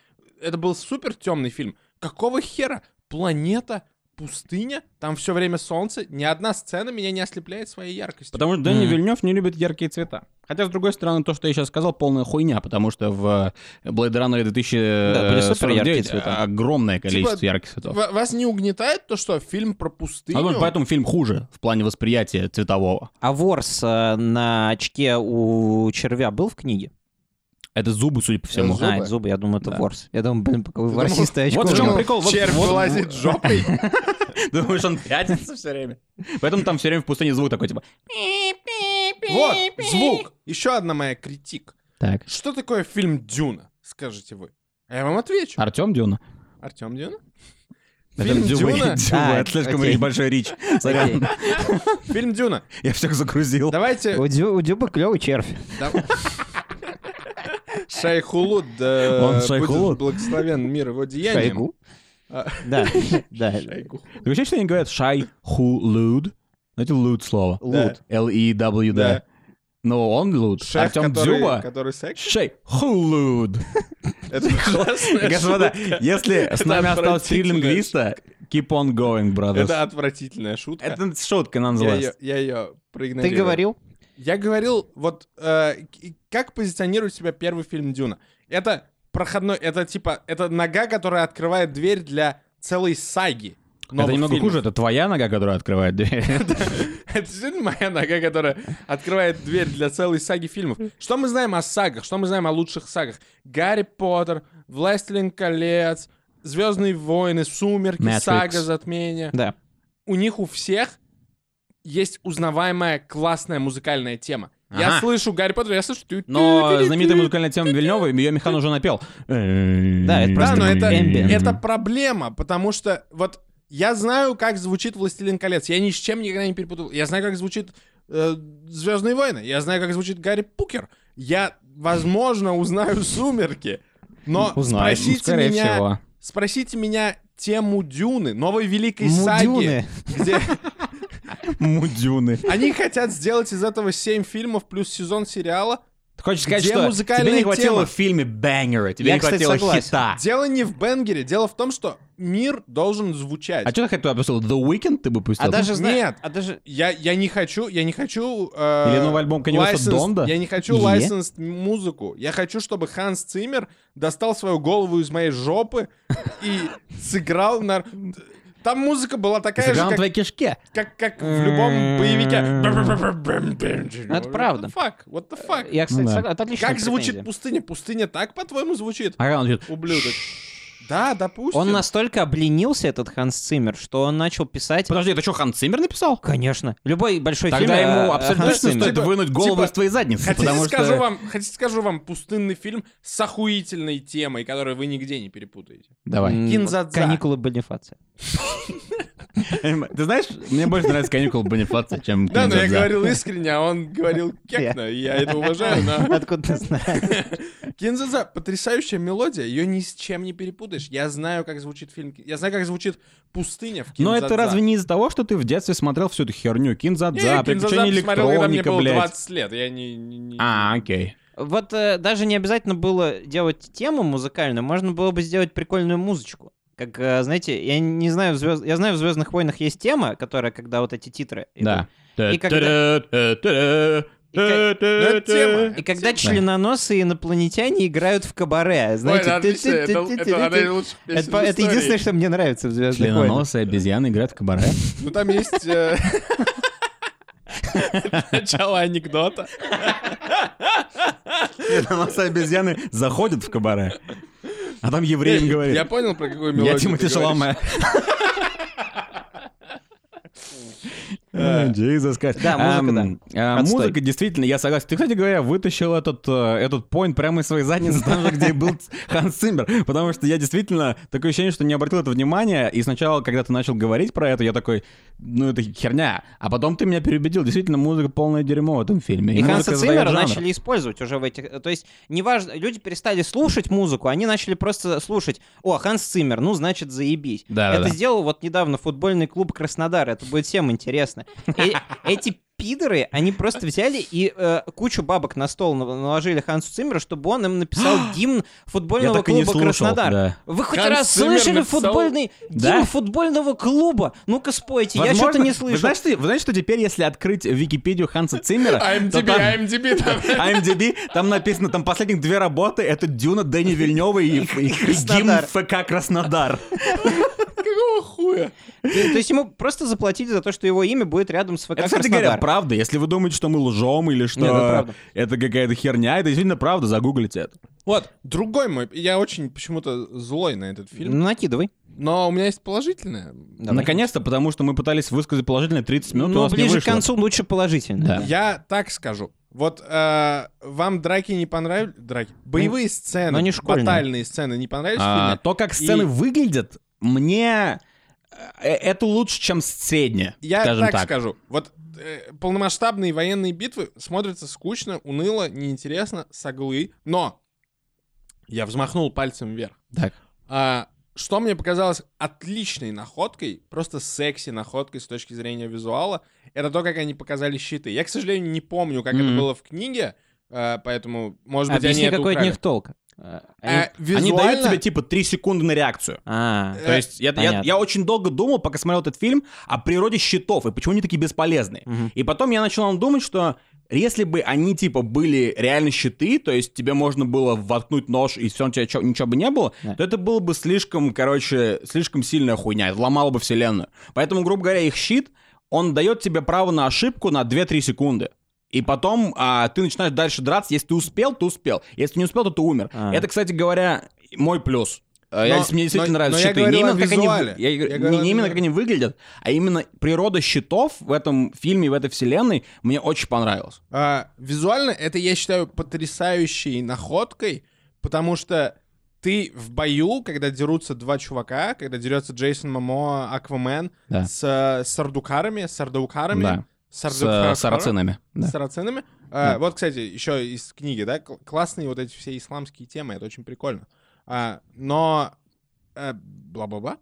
[SPEAKER 3] Это был супер темный фильм. Какого хера? Планета, пустыня, там все время солнце. Ни одна сцена меня не ослепляет своей яркостью.
[SPEAKER 1] Потому что Дэнни
[SPEAKER 2] Мгм.
[SPEAKER 1] Вильнев не любит яркие цвета. Хотя, с другой стороны, то, что я сейчас сказал, полная хуйня, потому что в э, Blade Runner
[SPEAKER 2] Да, были суперяркие
[SPEAKER 1] 2049
[SPEAKER 2] цвета.
[SPEAKER 1] огромное количество
[SPEAKER 3] Типа,
[SPEAKER 1] ярких цветов.
[SPEAKER 3] Ва- Вас не угнетает то, что фильм про пустыню?
[SPEAKER 1] А вот поэтому фильм хуже в плане восприятия цветового.
[SPEAKER 2] А ворс э, на очке у червя был в книге?
[SPEAKER 1] Это зубы, судя по всему.
[SPEAKER 3] Зубы.
[SPEAKER 2] А, это зубы, я думаю, это
[SPEAKER 1] Да.
[SPEAKER 2] ворс. Я думаю, блин, пока вы
[SPEAKER 3] думал,
[SPEAKER 2] ворсистое очко.
[SPEAKER 1] вот в
[SPEAKER 3] Я
[SPEAKER 1] чем
[SPEAKER 2] взял.
[SPEAKER 3] думал,
[SPEAKER 1] прикол, вот-
[SPEAKER 3] червь
[SPEAKER 1] вот-
[SPEAKER 3] вылазит жопой.
[SPEAKER 1] Думаешь, он пятится все время? Поэтому там все время в пустыне звук такой, типа...
[SPEAKER 3] Вот, звук. Еще одна моя критик.
[SPEAKER 1] Так.
[SPEAKER 3] Что такое фильм Дюна, скажете вы? А я вам отвечу.
[SPEAKER 1] Артем Дюна?
[SPEAKER 3] Артем Дюна?
[SPEAKER 1] Наверное,
[SPEAKER 3] Фильм
[SPEAKER 1] Дюба-
[SPEAKER 3] Дюна.
[SPEAKER 1] Дюба,
[SPEAKER 2] А,
[SPEAKER 1] это слишком
[SPEAKER 2] окей.
[SPEAKER 1] большой рич. Сорян,
[SPEAKER 3] Фильм Дюна.
[SPEAKER 1] я всех загрузил.
[SPEAKER 3] Давайте...
[SPEAKER 2] У, Дю- у Дюбы клевый червь.
[SPEAKER 3] да- Шайхулуд, да,
[SPEAKER 1] Он
[SPEAKER 3] будет
[SPEAKER 1] Шайхулуд.
[SPEAKER 3] благословен мир его деяниям.
[SPEAKER 2] Шайгу. Да, да.
[SPEAKER 3] Шайгу.
[SPEAKER 1] Ты вообще, что они говорят шай ху луд? Знаете, луд слово?
[SPEAKER 2] Лут.
[SPEAKER 1] L-E-W,
[SPEAKER 3] Да.
[SPEAKER 1] да. Но он луд.
[SPEAKER 3] Шеф,
[SPEAKER 1] Артем
[SPEAKER 3] который-
[SPEAKER 1] Дзюба?
[SPEAKER 3] Который секс.
[SPEAKER 1] Шей ху луд.
[SPEAKER 3] Это ужасная
[SPEAKER 1] Э, Господа,
[SPEAKER 3] шутка.
[SPEAKER 1] если с
[SPEAKER 3] Это
[SPEAKER 1] нами осталось три
[SPEAKER 3] отвратительная
[SPEAKER 1] лингвиста, keep on going, brothers.
[SPEAKER 3] Это отвратительная шутка.
[SPEAKER 1] Это шутка,
[SPEAKER 3] Я
[SPEAKER 1] nonetheless.
[SPEAKER 3] ее, я ее
[SPEAKER 2] Ты
[SPEAKER 3] проигнорировал.
[SPEAKER 2] говорил?
[SPEAKER 3] Я говорил, вот э, к- как позиционирует себя первый фильм Дюна. Это проходной, это типа, это нога, которая открывает дверь для целой саги.
[SPEAKER 1] Это
[SPEAKER 3] новых
[SPEAKER 1] немного
[SPEAKER 3] фильмов.
[SPEAKER 1] хуже, это твоя нога, которая открывает дверь.
[SPEAKER 3] Это действительно моя нога, которая открывает дверь для целой саги фильмов. Что мы знаем о сагах? Что мы знаем о лучших сагах? Гарри Поттер, Властелин колец, Звездные войны, Сумерки,
[SPEAKER 1] Matrix.
[SPEAKER 3] Сага затмения.
[SPEAKER 2] Да.
[SPEAKER 3] У них у всех есть узнаваемая классная музыкальная тема. Я
[SPEAKER 1] Ага.
[SPEAKER 3] слышу Гарри Поттер, я слышу... тю-
[SPEAKER 1] Но
[SPEAKER 3] тю- тю-
[SPEAKER 1] знаменитая
[SPEAKER 3] тю-
[SPEAKER 1] музыкальная тема Вильнева, ее Михан уже напел. Да,
[SPEAKER 2] это
[SPEAKER 3] Да,
[SPEAKER 2] просто
[SPEAKER 3] но это,
[SPEAKER 2] ambient.
[SPEAKER 3] это проблема, потому что вот я знаю, как звучит «Властелин колец». Я ни с чем никогда не перепутал. Я знаю, как звучит «Звездные войны». Я знаю, как звучит Гарри Пукер. Я, возможно, узнаю «Сумерки». Но
[SPEAKER 2] Узнаю, ну,
[SPEAKER 3] спросите
[SPEAKER 1] Ну, Скорее
[SPEAKER 3] меня...
[SPEAKER 1] всего.
[SPEAKER 3] Спросите меня тему Дюны, новой великой
[SPEAKER 2] Мудюны.
[SPEAKER 3] саги, где
[SPEAKER 1] Мудюны.
[SPEAKER 3] они хотят сделать из этого 7 фильмов плюс сезон сериала.
[SPEAKER 1] Ты хочешь сказать,
[SPEAKER 3] Где
[SPEAKER 1] что
[SPEAKER 3] музыкальная
[SPEAKER 1] тебе не хватило
[SPEAKER 3] тема?
[SPEAKER 1] в фильме бэнгера, тебе
[SPEAKER 2] Я,
[SPEAKER 1] не
[SPEAKER 2] кстати,
[SPEAKER 1] хватило
[SPEAKER 2] согласен.
[SPEAKER 1] хита.
[SPEAKER 3] Дело не в Бенгере, дело в том, что мир должен звучать.
[SPEAKER 1] А что ты хотел пустил? The Weeknd ты бы пустил?
[SPEAKER 2] А даже зна-
[SPEAKER 3] Нет.
[SPEAKER 2] а даже
[SPEAKER 3] Я, я не хочу, я не хочу... э,
[SPEAKER 1] Или новый альбом Kanye West Донда?
[SPEAKER 3] Я не хочу
[SPEAKER 2] Е.
[SPEAKER 3] licensed музыку. Я хочу, чтобы Ханс Циммер достал свою голову из моей жопы и сыграл на... Там музыка была такая же,
[SPEAKER 1] Сыграл на
[SPEAKER 3] как,
[SPEAKER 1] твоей М-м-м. кишке.
[SPEAKER 3] как, как в любом боевике.
[SPEAKER 2] Это правда.
[SPEAKER 3] What the fuck? What the fuck?
[SPEAKER 2] я, кстати,
[SPEAKER 1] Ну да.
[SPEAKER 2] согла- это отличная
[SPEAKER 3] Как звучит
[SPEAKER 2] претензия.
[SPEAKER 3] пустыня? Пустыня так, по-твоему, звучит?
[SPEAKER 1] А как он звучит?
[SPEAKER 3] Ублюдок. Да, допустим.
[SPEAKER 2] Он настолько обленился, этот Ханс Циммер, что он начал писать...
[SPEAKER 1] Подожди, это что, Хан Циммер написал?
[SPEAKER 2] Конечно. Любой большой
[SPEAKER 1] Тогда
[SPEAKER 2] фильм... э,
[SPEAKER 1] ему
[SPEAKER 2] э,
[SPEAKER 1] абсолютно
[SPEAKER 2] Ханс
[SPEAKER 1] точно
[SPEAKER 2] Циммер.
[SPEAKER 1] стоит
[SPEAKER 3] Типа-
[SPEAKER 1] вынуть голову
[SPEAKER 3] типа-
[SPEAKER 1] из твоей задницы.
[SPEAKER 3] Хотите,
[SPEAKER 1] Потому
[SPEAKER 3] скажу
[SPEAKER 1] что...
[SPEAKER 3] вам, хотите, скажу вам пустынный фильм с охуительной темой, которую вы нигде не перепутаете.
[SPEAKER 1] Давай.
[SPEAKER 2] М,
[SPEAKER 3] Кинзадза.
[SPEAKER 2] Каникулы Бонифация.
[SPEAKER 1] Ты знаешь, мне больше нравится каникулы Бонифация, чем
[SPEAKER 3] Да, но я
[SPEAKER 1] «Кинзадза».
[SPEAKER 3] говорил искренне, а он говорил кекно, и я это уважаю, но...
[SPEAKER 2] Откуда ты знаешь?
[SPEAKER 3] Кинзадза — потрясающая мелодия, ее ни с чем не перепутаешь. Я знаю, как звучит фильм, Кин- я знаю, как звучит пустыня в
[SPEAKER 1] Но
[SPEAKER 3] Кинзадза.
[SPEAKER 1] это разве не из-за того, что ты в детстве смотрел всю эту херню?
[SPEAKER 3] Я
[SPEAKER 1] Кинзадза,
[SPEAKER 3] Кинзадза
[SPEAKER 1] приключения
[SPEAKER 3] посмотрел, когда мне
[SPEAKER 1] электроника,
[SPEAKER 3] было
[SPEAKER 1] блядь.
[SPEAKER 3] 20 лет, я не... не- не-
[SPEAKER 1] А, окей.
[SPEAKER 2] Вот э, даже не обязательно было делать тему музыкальную, можно было бы сделать прикольную музычку. Как, э, знаете, я не знаю, в звезд... я знаю, в Звездных войнах есть тема, которая, когда вот эти титры. идут.
[SPEAKER 1] Да.
[SPEAKER 2] И когда-
[SPEAKER 3] Ну, это тема.
[SPEAKER 2] И когда членоносые инопланетяне играют в кабаре,
[SPEAKER 3] Ой,
[SPEAKER 2] знаете,
[SPEAKER 3] это отлично, это это одна из
[SPEAKER 2] ты-ты-ты-ты-ты.
[SPEAKER 3] лучших песен
[SPEAKER 2] это по-
[SPEAKER 3] в
[SPEAKER 2] это
[SPEAKER 3] истории.
[SPEAKER 2] единственное, что мне нравится в Звездных войнах.
[SPEAKER 1] Членоносые обезьяны играют в кабаре.
[SPEAKER 3] Ну, там есть... э, Начало анекдота.
[SPEAKER 1] Членоносые обезьяны заходят в кабаре. А там еврей им
[SPEAKER 3] Я
[SPEAKER 1] говорит.
[SPEAKER 3] понял, про какую мелодию
[SPEAKER 1] Я
[SPEAKER 3] ты
[SPEAKER 1] Тимати
[SPEAKER 3] говоришь.
[SPEAKER 1] Шаломе.
[SPEAKER 3] Э,
[SPEAKER 1] Jesus Christ.
[SPEAKER 2] Да, музыка,
[SPEAKER 1] Ам, а,
[SPEAKER 2] Отстой.
[SPEAKER 1] Музыка, действительно, я согласен. Ты, кстати говоря, вытащил этот, э, этот поинт прямо из своей задницы, там же, где и был Ханс Циммер. Потому что я действительно, такое ощущение, что не обратил это внимания. И сначала, когда ты начал говорить про это, я такой, ну это херня. А потом ты меня переубедил. Действительно, музыка полное дерьмо в этом фильме.
[SPEAKER 2] И Ханса
[SPEAKER 1] музыка задает
[SPEAKER 2] Циммера
[SPEAKER 1] жанр.
[SPEAKER 2] начали использовать уже в этих... То есть, неважно, люди перестали слушать музыку, они начали просто слушать. О, Ханс Циммер, ну, значит, заебись.
[SPEAKER 1] Да, да,
[SPEAKER 2] это
[SPEAKER 1] да.
[SPEAKER 2] сделал вот недавно футбольный клуб Краснодар, это будет всем интересно. Э, Эти пидоры, они просто взяли и э, кучу бабок на стол нав- наложили Хансу Циммеру, чтобы он им написал гимн
[SPEAKER 1] Я
[SPEAKER 2] футбольного
[SPEAKER 1] так и не
[SPEAKER 2] клуба
[SPEAKER 1] слушал.
[SPEAKER 2] Краснодар.
[SPEAKER 1] да.
[SPEAKER 2] Вы хоть
[SPEAKER 3] Ханс
[SPEAKER 2] раз
[SPEAKER 3] Циммер
[SPEAKER 2] слышали
[SPEAKER 3] написал-
[SPEAKER 2] футбольный гимн
[SPEAKER 1] Да.
[SPEAKER 2] футбольного клуба? Ну-ка спойте, я
[SPEAKER 1] Возможно-
[SPEAKER 2] что-то не
[SPEAKER 1] Вы
[SPEAKER 2] слышал.
[SPEAKER 1] знаете, что- вы знаете, что теперь, если открыть Википедию Ханса Циммера... то
[SPEAKER 3] IMDb,
[SPEAKER 1] там- а
[SPEAKER 3] IMDb там.
[SPEAKER 1] IMDb, там написано, там последних две работы, это Дюна Дэнни Вильнёва и, и гимн
[SPEAKER 2] Краснодар.
[SPEAKER 1] ФК Краснодар.
[SPEAKER 3] Какого хуя?
[SPEAKER 2] И- То есть ему просто заплатили за то, что его имя будет рядом с ФК
[SPEAKER 1] Это, кстати
[SPEAKER 2] Краснодар.
[SPEAKER 1] говоря, правда. Если вы думаете, что мы лжем или что
[SPEAKER 2] Нет, это правда.
[SPEAKER 1] это какая-то херня, это действительно правда, загуглите это.
[SPEAKER 3] Вот, другой мой... Я очень почему-то злой на этот фильм,
[SPEAKER 2] Ну, накидывай.
[SPEAKER 3] но у меня есть положительное.
[SPEAKER 1] Наконец-то, потому что мы пытались высказать положительное 30 минут, у
[SPEAKER 2] ну,
[SPEAKER 1] нас не
[SPEAKER 2] ближе к
[SPEAKER 1] вышло.
[SPEAKER 2] концу лучше положительно.
[SPEAKER 1] Да.
[SPEAKER 3] Я так скажу. Вот э, вам драки не понравились? Драки. Боевые сцены,
[SPEAKER 2] Ну, но не школьные.
[SPEAKER 3] батальные сцены не понравились в
[SPEAKER 1] А,
[SPEAKER 3] фильме?
[SPEAKER 1] то, как
[SPEAKER 3] И-
[SPEAKER 1] сцены выглядят, мне... э, Это лучше, чем среднее,
[SPEAKER 3] Я
[SPEAKER 1] скажем
[SPEAKER 3] так,
[SPEAKER 1] так.
[SPEAKER 3] скажу. Вот э, полномасштабные военные битвы смотрятся скучно, уныло, неинтересно, соглы. Но я взмахнул пальцем вверх.
[SPEAKER 1] Так.
[SPEAKER 3] А, что мне показалось отличной находкой, просто секси находкой с точки зрения визуала, это то, как они показали щиты. Я, к сожалению, не помню, как это
[SPEAKER 1] Мгм.
[SPEAKER 3] было в книге, э, поэтому, может быть,
[SPEAKER 2] Объясни,
[SPEAKER 3] они это
[SPEAKER 2] какой от
[SPEAKER 3] украли.
[SPEAKER 2] них толк. А, они-
[SPEAKER 3] Э,
[SPEAKER 1] Они
[SPEAKER 3] визуально...
[SPEAKER 1] дают тебе, типа, 3 секунды на реакцию.
[SPEAKER 2] А,
[SPEAKER 1] То есть я, я-
[SPEAKER 2] понятно.
[SPEAKER 1] я очень долго думал, пока смотрел этот фильм, о природе щитов и почему они такие бесполезные.
[SPEAKER 2] мгм.
[SPEAKER 1] И потом я начал думать, что если бы они, типа, были реально щиты, то есть тебе можно было воткнуть нож, и все, у тебя чё- ничего бы не было,
[SPEAKER 2] Да.
[SPEAKER 1] то это было бы слишком, короче, слишком сильная хуйня, это ломало бы вселенную. Поэтому, грубо говоря, их щит, он дает тебе право на ошибку на 2-3 секунды. И потом а, ты начинаешь дальше драться. Если ты успел, ты успел. Если не успел, то ты умер.
[SPEAKER 2] А.
[SPEAKER 1] Это, кстати говоря, мой плюс. Э, я-
[SPEAKER 3] Но-
[SPEAKER 1] мне действительно
[SPEAKER 3] но-
[SPEAKER 1] нравятся
[SPEAKER 3] но я
[SPEAKER 1] щиты. не
[SPEAKER 3] говорил о
[SPEAKER 1] именно, как они,
[SPEAKER 3] визуале.
[SPEAKER 1] вы- я-
[SPEAKER 3] Я
[SPEAKER 1] не-
[SPEAKER 3] говорил о
[SPEAKER 1] не именно
[SPEAKER 3] визуале.
[SPEAKER 1] как они выглядят, а именно природа щитов в этом фильме, в этой вселенной мне очень понравилась.
[SPEAKER 3] А, визуально это, я считаю, потрясающей находкой, потому что ты в бою, когда дерутся два чувака, когда дерется Джейсон Мамо, Аквамен
[SPEAKER 1] Да.
[SPEAKER 3] с, э, сардукарами, сардаукарами,
[SPEAKER 1] Да. С э,
[SPEAKER 3] сардукарами,
[SPEAKER 1] сарацинами.
[SPEAKER 3] с
[SPEAKER 1] Да.
[SPEAKER 3] сарацинами. А, Вот, кстати, еще из книги, да, кл- классные вот эти все исламские темы, это очень прикольно. А, но э, бла-бла-бла.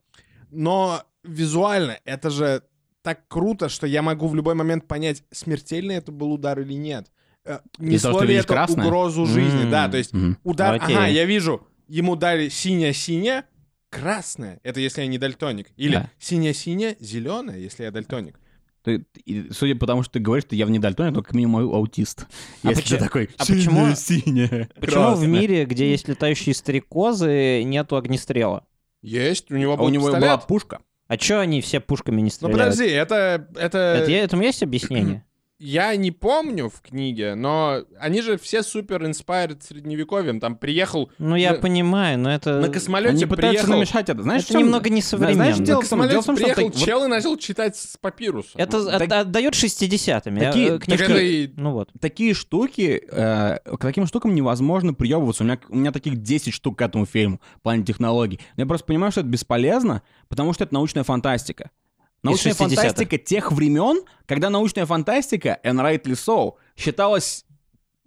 [SPEAKER 3] Но визуально это же так круто, что я могу в любой момент понять, смертельный это был удар или нет. Э,
[SPEAKER 1] Из-за того,
[SPEAKER 3] Несло
[SPEAKER 1] что
[SPEAKER 3] ли
[SPEAKER 1] видишь
[SPEAKER 3] это
[SPEAKER 1] красное?
[SPEAKER 3] угрозу жизни,
[SPEAKER 2] М.
[SPEAKER 3] да, то есть
[SPEAKER 1] Мгм.
[SPEAKER 3] удар,
[SPEAKER 2] Окей.
[SPEAKER 3] ага, я вижу, ему дали синяя-синяя, красная, это если я не дальтоник, или
[SPEAKER 1] Да.
[SPEAKER 3] синяя-синяя, зеленая, если я дальтоник.
[SPEAKER 1] Ты- и судя по тому, что ты говоришь, ты явно не дальтоник, но как минимум аутист.
[SPEAKER 2] А
[SPEAKER 1] Если
[SPEAKER 2] почему-
[SPEAKER 1] ты такой,
[SPEAKER 2] а почему-
[SPEAKER 1] синяя
[SPEAKER 2] Почему в мире, где есть летающие стрекозы, нету огнестрела?
[SPEAKER 3] Есть, у него
[SPEAKER 1] А
[SPEAKER 3] был
[SPEAKER 1] у него
[SPEAKER 3] пистолет.
[SPEAKER 1] была пушка.
[SPEAKER 2] А чё они все пушками не
[SPEAKER 3] Ну
[SPEAKER 2] стреляют?
[SPEAKER 1] э,
[SPEAKER 3] подожди, это... это...
[SPEAKER 2] Это, этому есть объяснение?
[SPEAKER 3] я не помню в книге, но они же все супер inspired средневековьем. Там приехал
[SPEAKER 2] Ну, я
[SPEAKER 3] на-
[SPEAKER 2] понимаю, но это...
[SPEAKER 3] на космолете,
[SPEAKER 1] Они пытаются
[SPEAKER 3] приехал-
[SPEAKER 1] намешать это. Э, Знаешь, в
[SPEAKER 2] Это
[SPEAKER 1] чём-
[SPEAKER 2] немного не
[SPEAKER 1] Знаешь,
[SPEAKER 2] современно.
[SPEAKER 1] дело в
[SPEAKER 3] на
[SPEAKER 1] том, дело в
[SPEAKER 3] самолете
[SPEAKER 1] том, что
[SPEAKER 3] приехал
[SPEAKER 1] так- вот
[SPEAKER 3] чел и начал читать с папируса.
[SPEAKER 2] Это
[SPEAKER 3] Ну,
[SPEAKER 2] от-
[SPEAKER 1] так-
[SPEAKER 2] отдает 60-м. я,
[SPEAKER 1] Такие-
[SPEAKER 2] э,
[SPEAKER 3] так
[SPEAKER 2] книжки-
[SPEAKER 3] это и-
[SPEAKER 2] Ну вот.
[SPEAKER 1] такие штуки, э, к таким штукам невозможно приебываться. У меня, у меня таких 10 штук к этому фильму в плане технологий. Но я просто понимаю, что это бесполезно, потому что это научная фантастика. Научная
[SPEAKER 2] 60-х.
[SPEAKER 1] фантастика тех времен, когда научная фантастика, and rightly so, считалась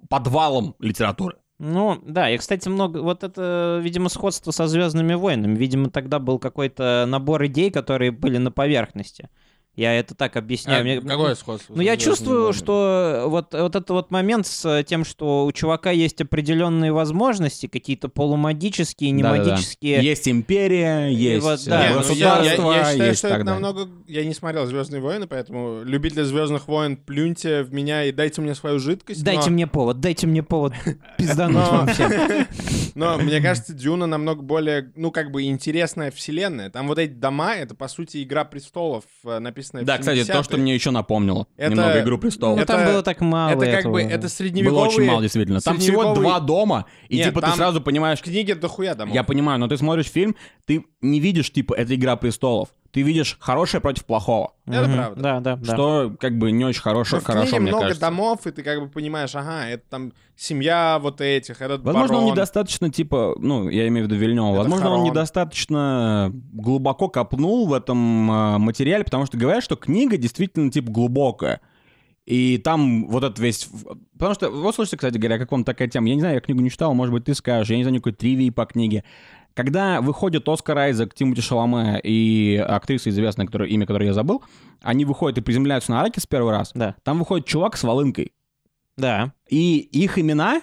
[SPEAKER 1] подвалом литературы.
[SPEAKER 2] Ну, да, и, кстати, много... Вот это, видимо, сходство со «Звездными войнами». Видимо, тогда был какой-то набор идей, которые были на поверхности. Я это так объясняю.
[SPEAKER 3] А
[SPEAKER 2] Мне-
[SPEAKER 3] Какое сходство?
[SPEAKER 2] Ну, я
[SPEAKER 3] Даже не помню.
[SPEAKER 2] чувствую, что вот, вот этот вот момент с э, тем, что у чувака есть определенные возможности, какие-то полумагические,
[SPEAKER 1] Да-да-да.
[SPEAKER 2] немагические.
[SPEAKER 1] Есть империя, есть
[SPEAKER 2] вот,
[SPEAKER 1] э,
[SPEAKER 2] да.
[SPEAKER 3] Не, ну, я-
[SPEAKER 1] государство,
[SPEAKER 3] я, я считаю,
[SPEAKER 1] есть
[SPEAKER 3] что
[SPEAKER 1] так
[SPEAKER 3] это
[SPEAKER 1] далее.
[SPEAKER 3] намного... Я не смотрел «Звездные войны», поэтому любители «Звездных войн», плюньте в меня и дайте мне свою жидкость.
[SPEAKER 2] Дайте
[SPEAKER 3] но...
[SPEAKER 2] мне повод, дайте мне повод пиздануть вам всем.
[SPEAKER 3] Но мне кажется, Дюна намного более, ну, как бы интересная вселенная. Там вот эти дома, это, по сути, «Игра престолов», э, написанная в
[SPEAKER 1] Да, кстати, то, что
[SPEAKER 3] 70-е.
[SPEAKER 1] мне еще напомнило.
[SPEAKER 3] Это-
[SPEAKER 1] Немного «Игру престолов».
[SPEAKER 2] Ну, там
[SPEAKER 3] это-
[SPEAKER 2] было так мало
[SPEAKER 3] Это как
[SPEAKER 2] этого.
[SPEAKER 3] бы, это средневековые...
[SPEAKER 1] Было очень мало, действительно. Там всего
[SPEAKER 3] средневековые-
[SPEAKER 1] два дома, и
[SPEAKER 3] Нет,
[SPEAKER 1] типа ты
[SPEAKER 3] там-
[SPEAKER 1] сразу понимаешь,
[SPEAKER 3] В книге дохуя домов.
[SPEAKER 1] Я понимаю, но ты смотришь фильм, ты не видишь, типа, это «Игра престолов». Ты видишь хорошее против плохого,
[SPEAKER 3] Это
[SPEAKER 2] Мгм,
[SPEAKER 3] правда.
[SPEAKER 2] Да, да, да.
[SPEAKER 1] что как бы не очень хорошо,
[SPEAKER 3] Но Ну, в
[SPEAKER 1] хорошо
[SPEAKER 3] книге
[SPEAKER 1] мне
[SPEAKER 3] много
[SPEAKER 1] кажется.
[SPEAKER 3] домов, и ты как бы понимаешь, ага, это там семья вот этих, этот
[SPEAKER 1] Возможно,
[SPEAKER 3] барон.
[SPEAKER 1] он недостаточно, типа, ну, я имею в виду Вильнёва,
[SPEAKER 3] Это
[SPEAKER 1] возможно, он
[SPEAKER 3] Харон.
[SPEAKER 1] недостаточно глубоко копнул в этом э, материале, потому что говорят, что книга действительно, типа, глубокая. И там вот этот весь... ф- Потому что, вот слушайте, кстати говоря, как вам такая тема? Я не знаю, я книгу не читал, может быть, ты скажешь. Я не знаю никакой тривии по книге. Когда выходит Оскар Айзек, Тимоти Шаломе и актриса известная, которая, имя которой я забыл, они выходят и приземляются на Аракис первый раз,
[SPEAKER 2] Да,
[SPEAKER 1] там выходит чувак с волынкой.
[SPEAKER 2] да.
[SPEAKER 1] И их имена, э,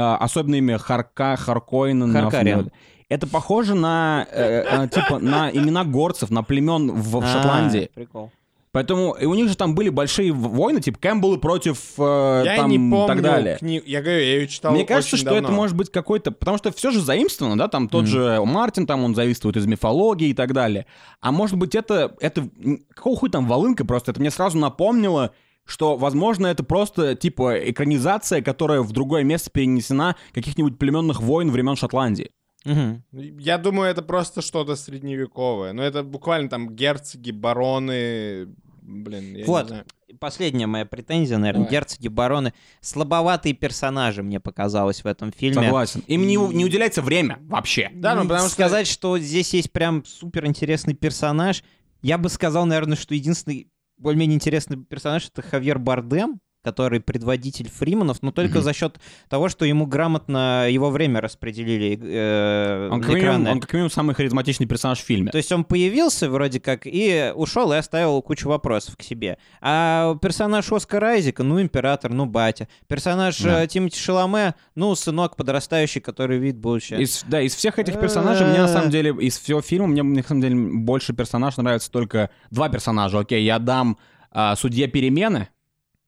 [SPEAKER 1] особенно имя Харка, Харкойнен,
[SPEAKER 2] Харкариан.
[SPEAKER 1] это похоже на, э, э, типа, на имена горцев, на племен в, в
[SPEAKER 2] А,
[SPEAKER 1] Шотландии.
[SPEAKER 2] Прикол.
[SPEAKER 1] Поэтому и у них же там были большие в- войны, типа Кэмпбеллы против э,
[SPEAKER 3] Я
[SPEAKER 1] там
[SPEAKER 3] не помню
[SPEAKER 1] так далее.
[SPEAKER 3] книгу. Я говорю, я ее читал
[SPEAKER 1] Мне кажется,
[SPEAKER 3] очень
[SPEAKER 1] что это
[SPEAKER 3] давно.
[SPEAKER 1] может быть какой-то... Потому что все же заимствовано, да? Там тот
[SPEAKER 2] Мгм.
[SPEAKER 1] же Мартин, там он заимствует из мифологии и так далее. А может быть, это... это м, Какого хуя там волынка просто? Это мне сразу напомнило, что, возможно, это просто, типа, экранизация, которая в другое место перенесена каких-нибудь племенных войн времен Шотландии.
[SPEAKER 2] Мгм.
[SPEAKER 3] Я думаю, это просто что-то средневековое. Но это буквально там герцоги, бароны... Блин, я
[SPEAKER 2] Вот.
[SPEAKER 3] не знаю.
[SPEAKER 2] И Последняя моя претензия, наверное,
[SPEAKER 3] Давай.
[SPEAKER 2] герцоги, бароны. Слабоватые персонажи, мне показалось, в этом фильме.
[SPEAKER 1] Согласен. Им не, у- не уделяется время вообще.
[SPEAKER 3] Да, ну, потому что...
[SPEAKER 2] сказать, что здесь есть прям супер интересный персонаж. Я бы сказал, наверное, что единственный более-менее интересный персонаж это Хавьер Бардем, который предводитель Фриманов, но только
[SPEAKER 1] Мгм.
[SPEAKER 2] за счет того, что ему грамотно его время распределили э,
[SPEAKER 1] Он как, минимум,
[SPEAKER 2] экраны.
[SPEAKER 1] он как минимум самый харизматичный персонаж в фильме.
[SPEAKER 2] То есть он появился вроде как и ушел и оставил кучу вопросов к себе. А персонаж Оскара Айзека, ну, император, ну, батя. Персонаж
[SPEAKER 1] Да.
[SPEAKER 2] э, Тимоти Шаломе, ну, сынок подрастающий, который видит будущее.
[SPEAKER 1] Из, да, из всех этих персонажей мне на самом
[SPEAKER 2] Э.
[SPEAKER 1] деле, из всего фильма, мне на самом деле больше персонаж нравится только два персонажа. Окей, я дам а, судье перемены.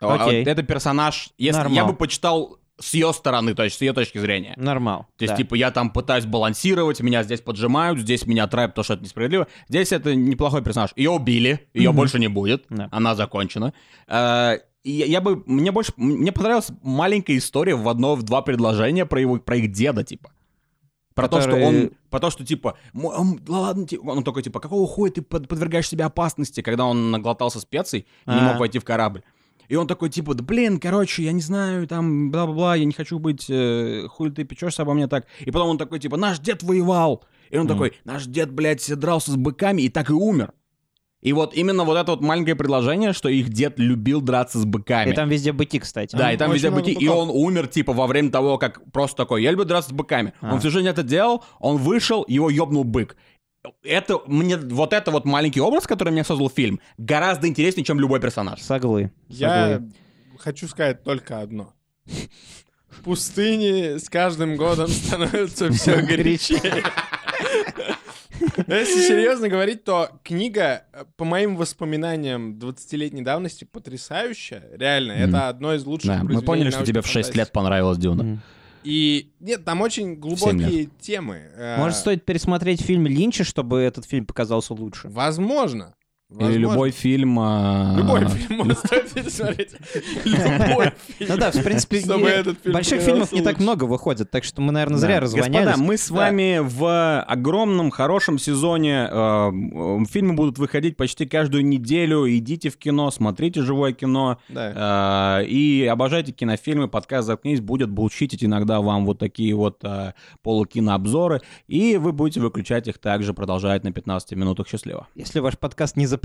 [SPEAKER 1] А, а вот
[SPEAKER 2] Окей.
[SPEAKER 1] Это персонаж, если
[SPEAKER 2] Нормал.
[SPEAKER 1] я бы почитал с ее стороны, то есть с ее точки зрения.
[SPEAKER 2] Нормал.
[SPEAKER 1] То есть,
[SPEAKER 2] да.
[SPEAKER 1] типа, я там пытаюсь балансировать, меня здесь поджимают, здесь меня травят, потому что это несправедливо. Здесь это неплохой персонаж. Ее убили, ее
[SPEAKER 2] Мгм.
[SPEAKER 1] больше не будет,
[SPEAKER 2] Да.
[SPEAKER 1] она закончена. Э, и я, я бы, мне больше, мне понравилась маленькая история в одно, в два предложения про его, про их деда, типа. Про то, что
[SPEAKER 2] Который-
[SPEAKER 1] он, про то, что типа, «М- м, да ладно, ти- он такой типа, какого хуя ты под- подвергаешь себя опасности, когда он наглотался специй и не
[SPEAKER 2] А.
[SPEAKER 1] мог войти в корабль. И он такой, типа, да блин, короче, я не знаю, там, бла-бла-бла, я не хочу быть, э, хули ты печешься обо мне так. И потом он такой, типа, наш дед воевал. И он
[SPEAKER 2] Мгм.
[SPEAKER 1] такой, наш дед, блядь, дрался с быками и так и умер. И вот именно вот это вот маленькое предложение, что их дед любил драться с быками.
[SPEAKER 2] И там везде быки, кстати.
[SPEAKER 1] Да,
[SPEAKER 3] Там
[SPEAKER 1] и там
[SPEAKER 3] очень
[SPEAKER 1] везде
[SPEAKER 3] много
[SPEAKER 1] быки, и
[SPEAKER 3] быков.
[SPEAKER 1] он умер, типа, во время того, как просто такой, я люблю драться с быками.
[SPEAKER 2] А.
[SPEAKER 1] Он всю жизнь это делал, он вышел, его ёбнул бык. Это мне, вот это вот маленький образ, который мне создал фильм, гораздо интереснее, чем любой персонаж.
[SPEAKER 2] Соглы.
[SPEAKER 3] Я хочу сказать только одно. Пустыни с каждым годом становятся все горячее. Если серьезно говорить, то книга, э, по моим воспоминаниям 20-летней давности, потрясающая. Реально,
[SPEAKER 1] Мгм.
[SPEAKER 3] это одно из лучших
[SPEAKER 1] Да, мы
[SPEAKER 3] произведений
[SPEAKER 1] поняли, что
[SPEAKER 3] научной
[SPEAKER 1] тебе в 6
[SPEAKER 3] фантастики.
[SPEAKER 1] лет понравилась Дюна.
[SPEAKER 2] Мгм.
[SPEAKER 3] И нет, там очень глубокие темы. Э,
[SPEAKER 2] Может, стоит пересмотреть фильм Линча, чтобы этот фильм показался лучше.
[SPEAKER 3] Возможно.
[SPEAKER 1] Или
[SPEAKER 3] Возможно.
[SPEAKER 1] любой фильм... а,
[SPEAKER 3] Любой фильм можно стоит пересмотреть. Любой фильм.
[SPEAKER 2] Ну да, в принципе,
[SPEAKER 3] Чтобы
[SPEAKER 2] и
[SPEAKER 3] этот фильм
[SPEAKER 2] больших
[SPEAKER 3] понравился
[SPEAKER 2] фильмов не так
[SPEAKER 3] лучше.
[SPEAKER 2] много выходит, так что мы, наверное,
[SPEAKER 1] Да.
[SPEAKER 2] зря развонялись.
[SPEAKER 1] Господа, мы с
[SPEAKER 2] Да.
[SPEAKER 1] вами в огромном, хорошем сезоне. э, м, Фильмы будут выходить почти каждую неделю. Идите в кино, смотрите живое кино.
[SPEAKER 3] Да.
[SPEAKER 1] э, И обожайте кинофильмы. Подкаст «Заткнись» будет булчитить иногда вам вот такие вот э, полукинообзоры. И вы будете выключать их также, продолжать на 15 минутах счастливо.
[SPEAKER 2] Если ваш подкаст не запретят.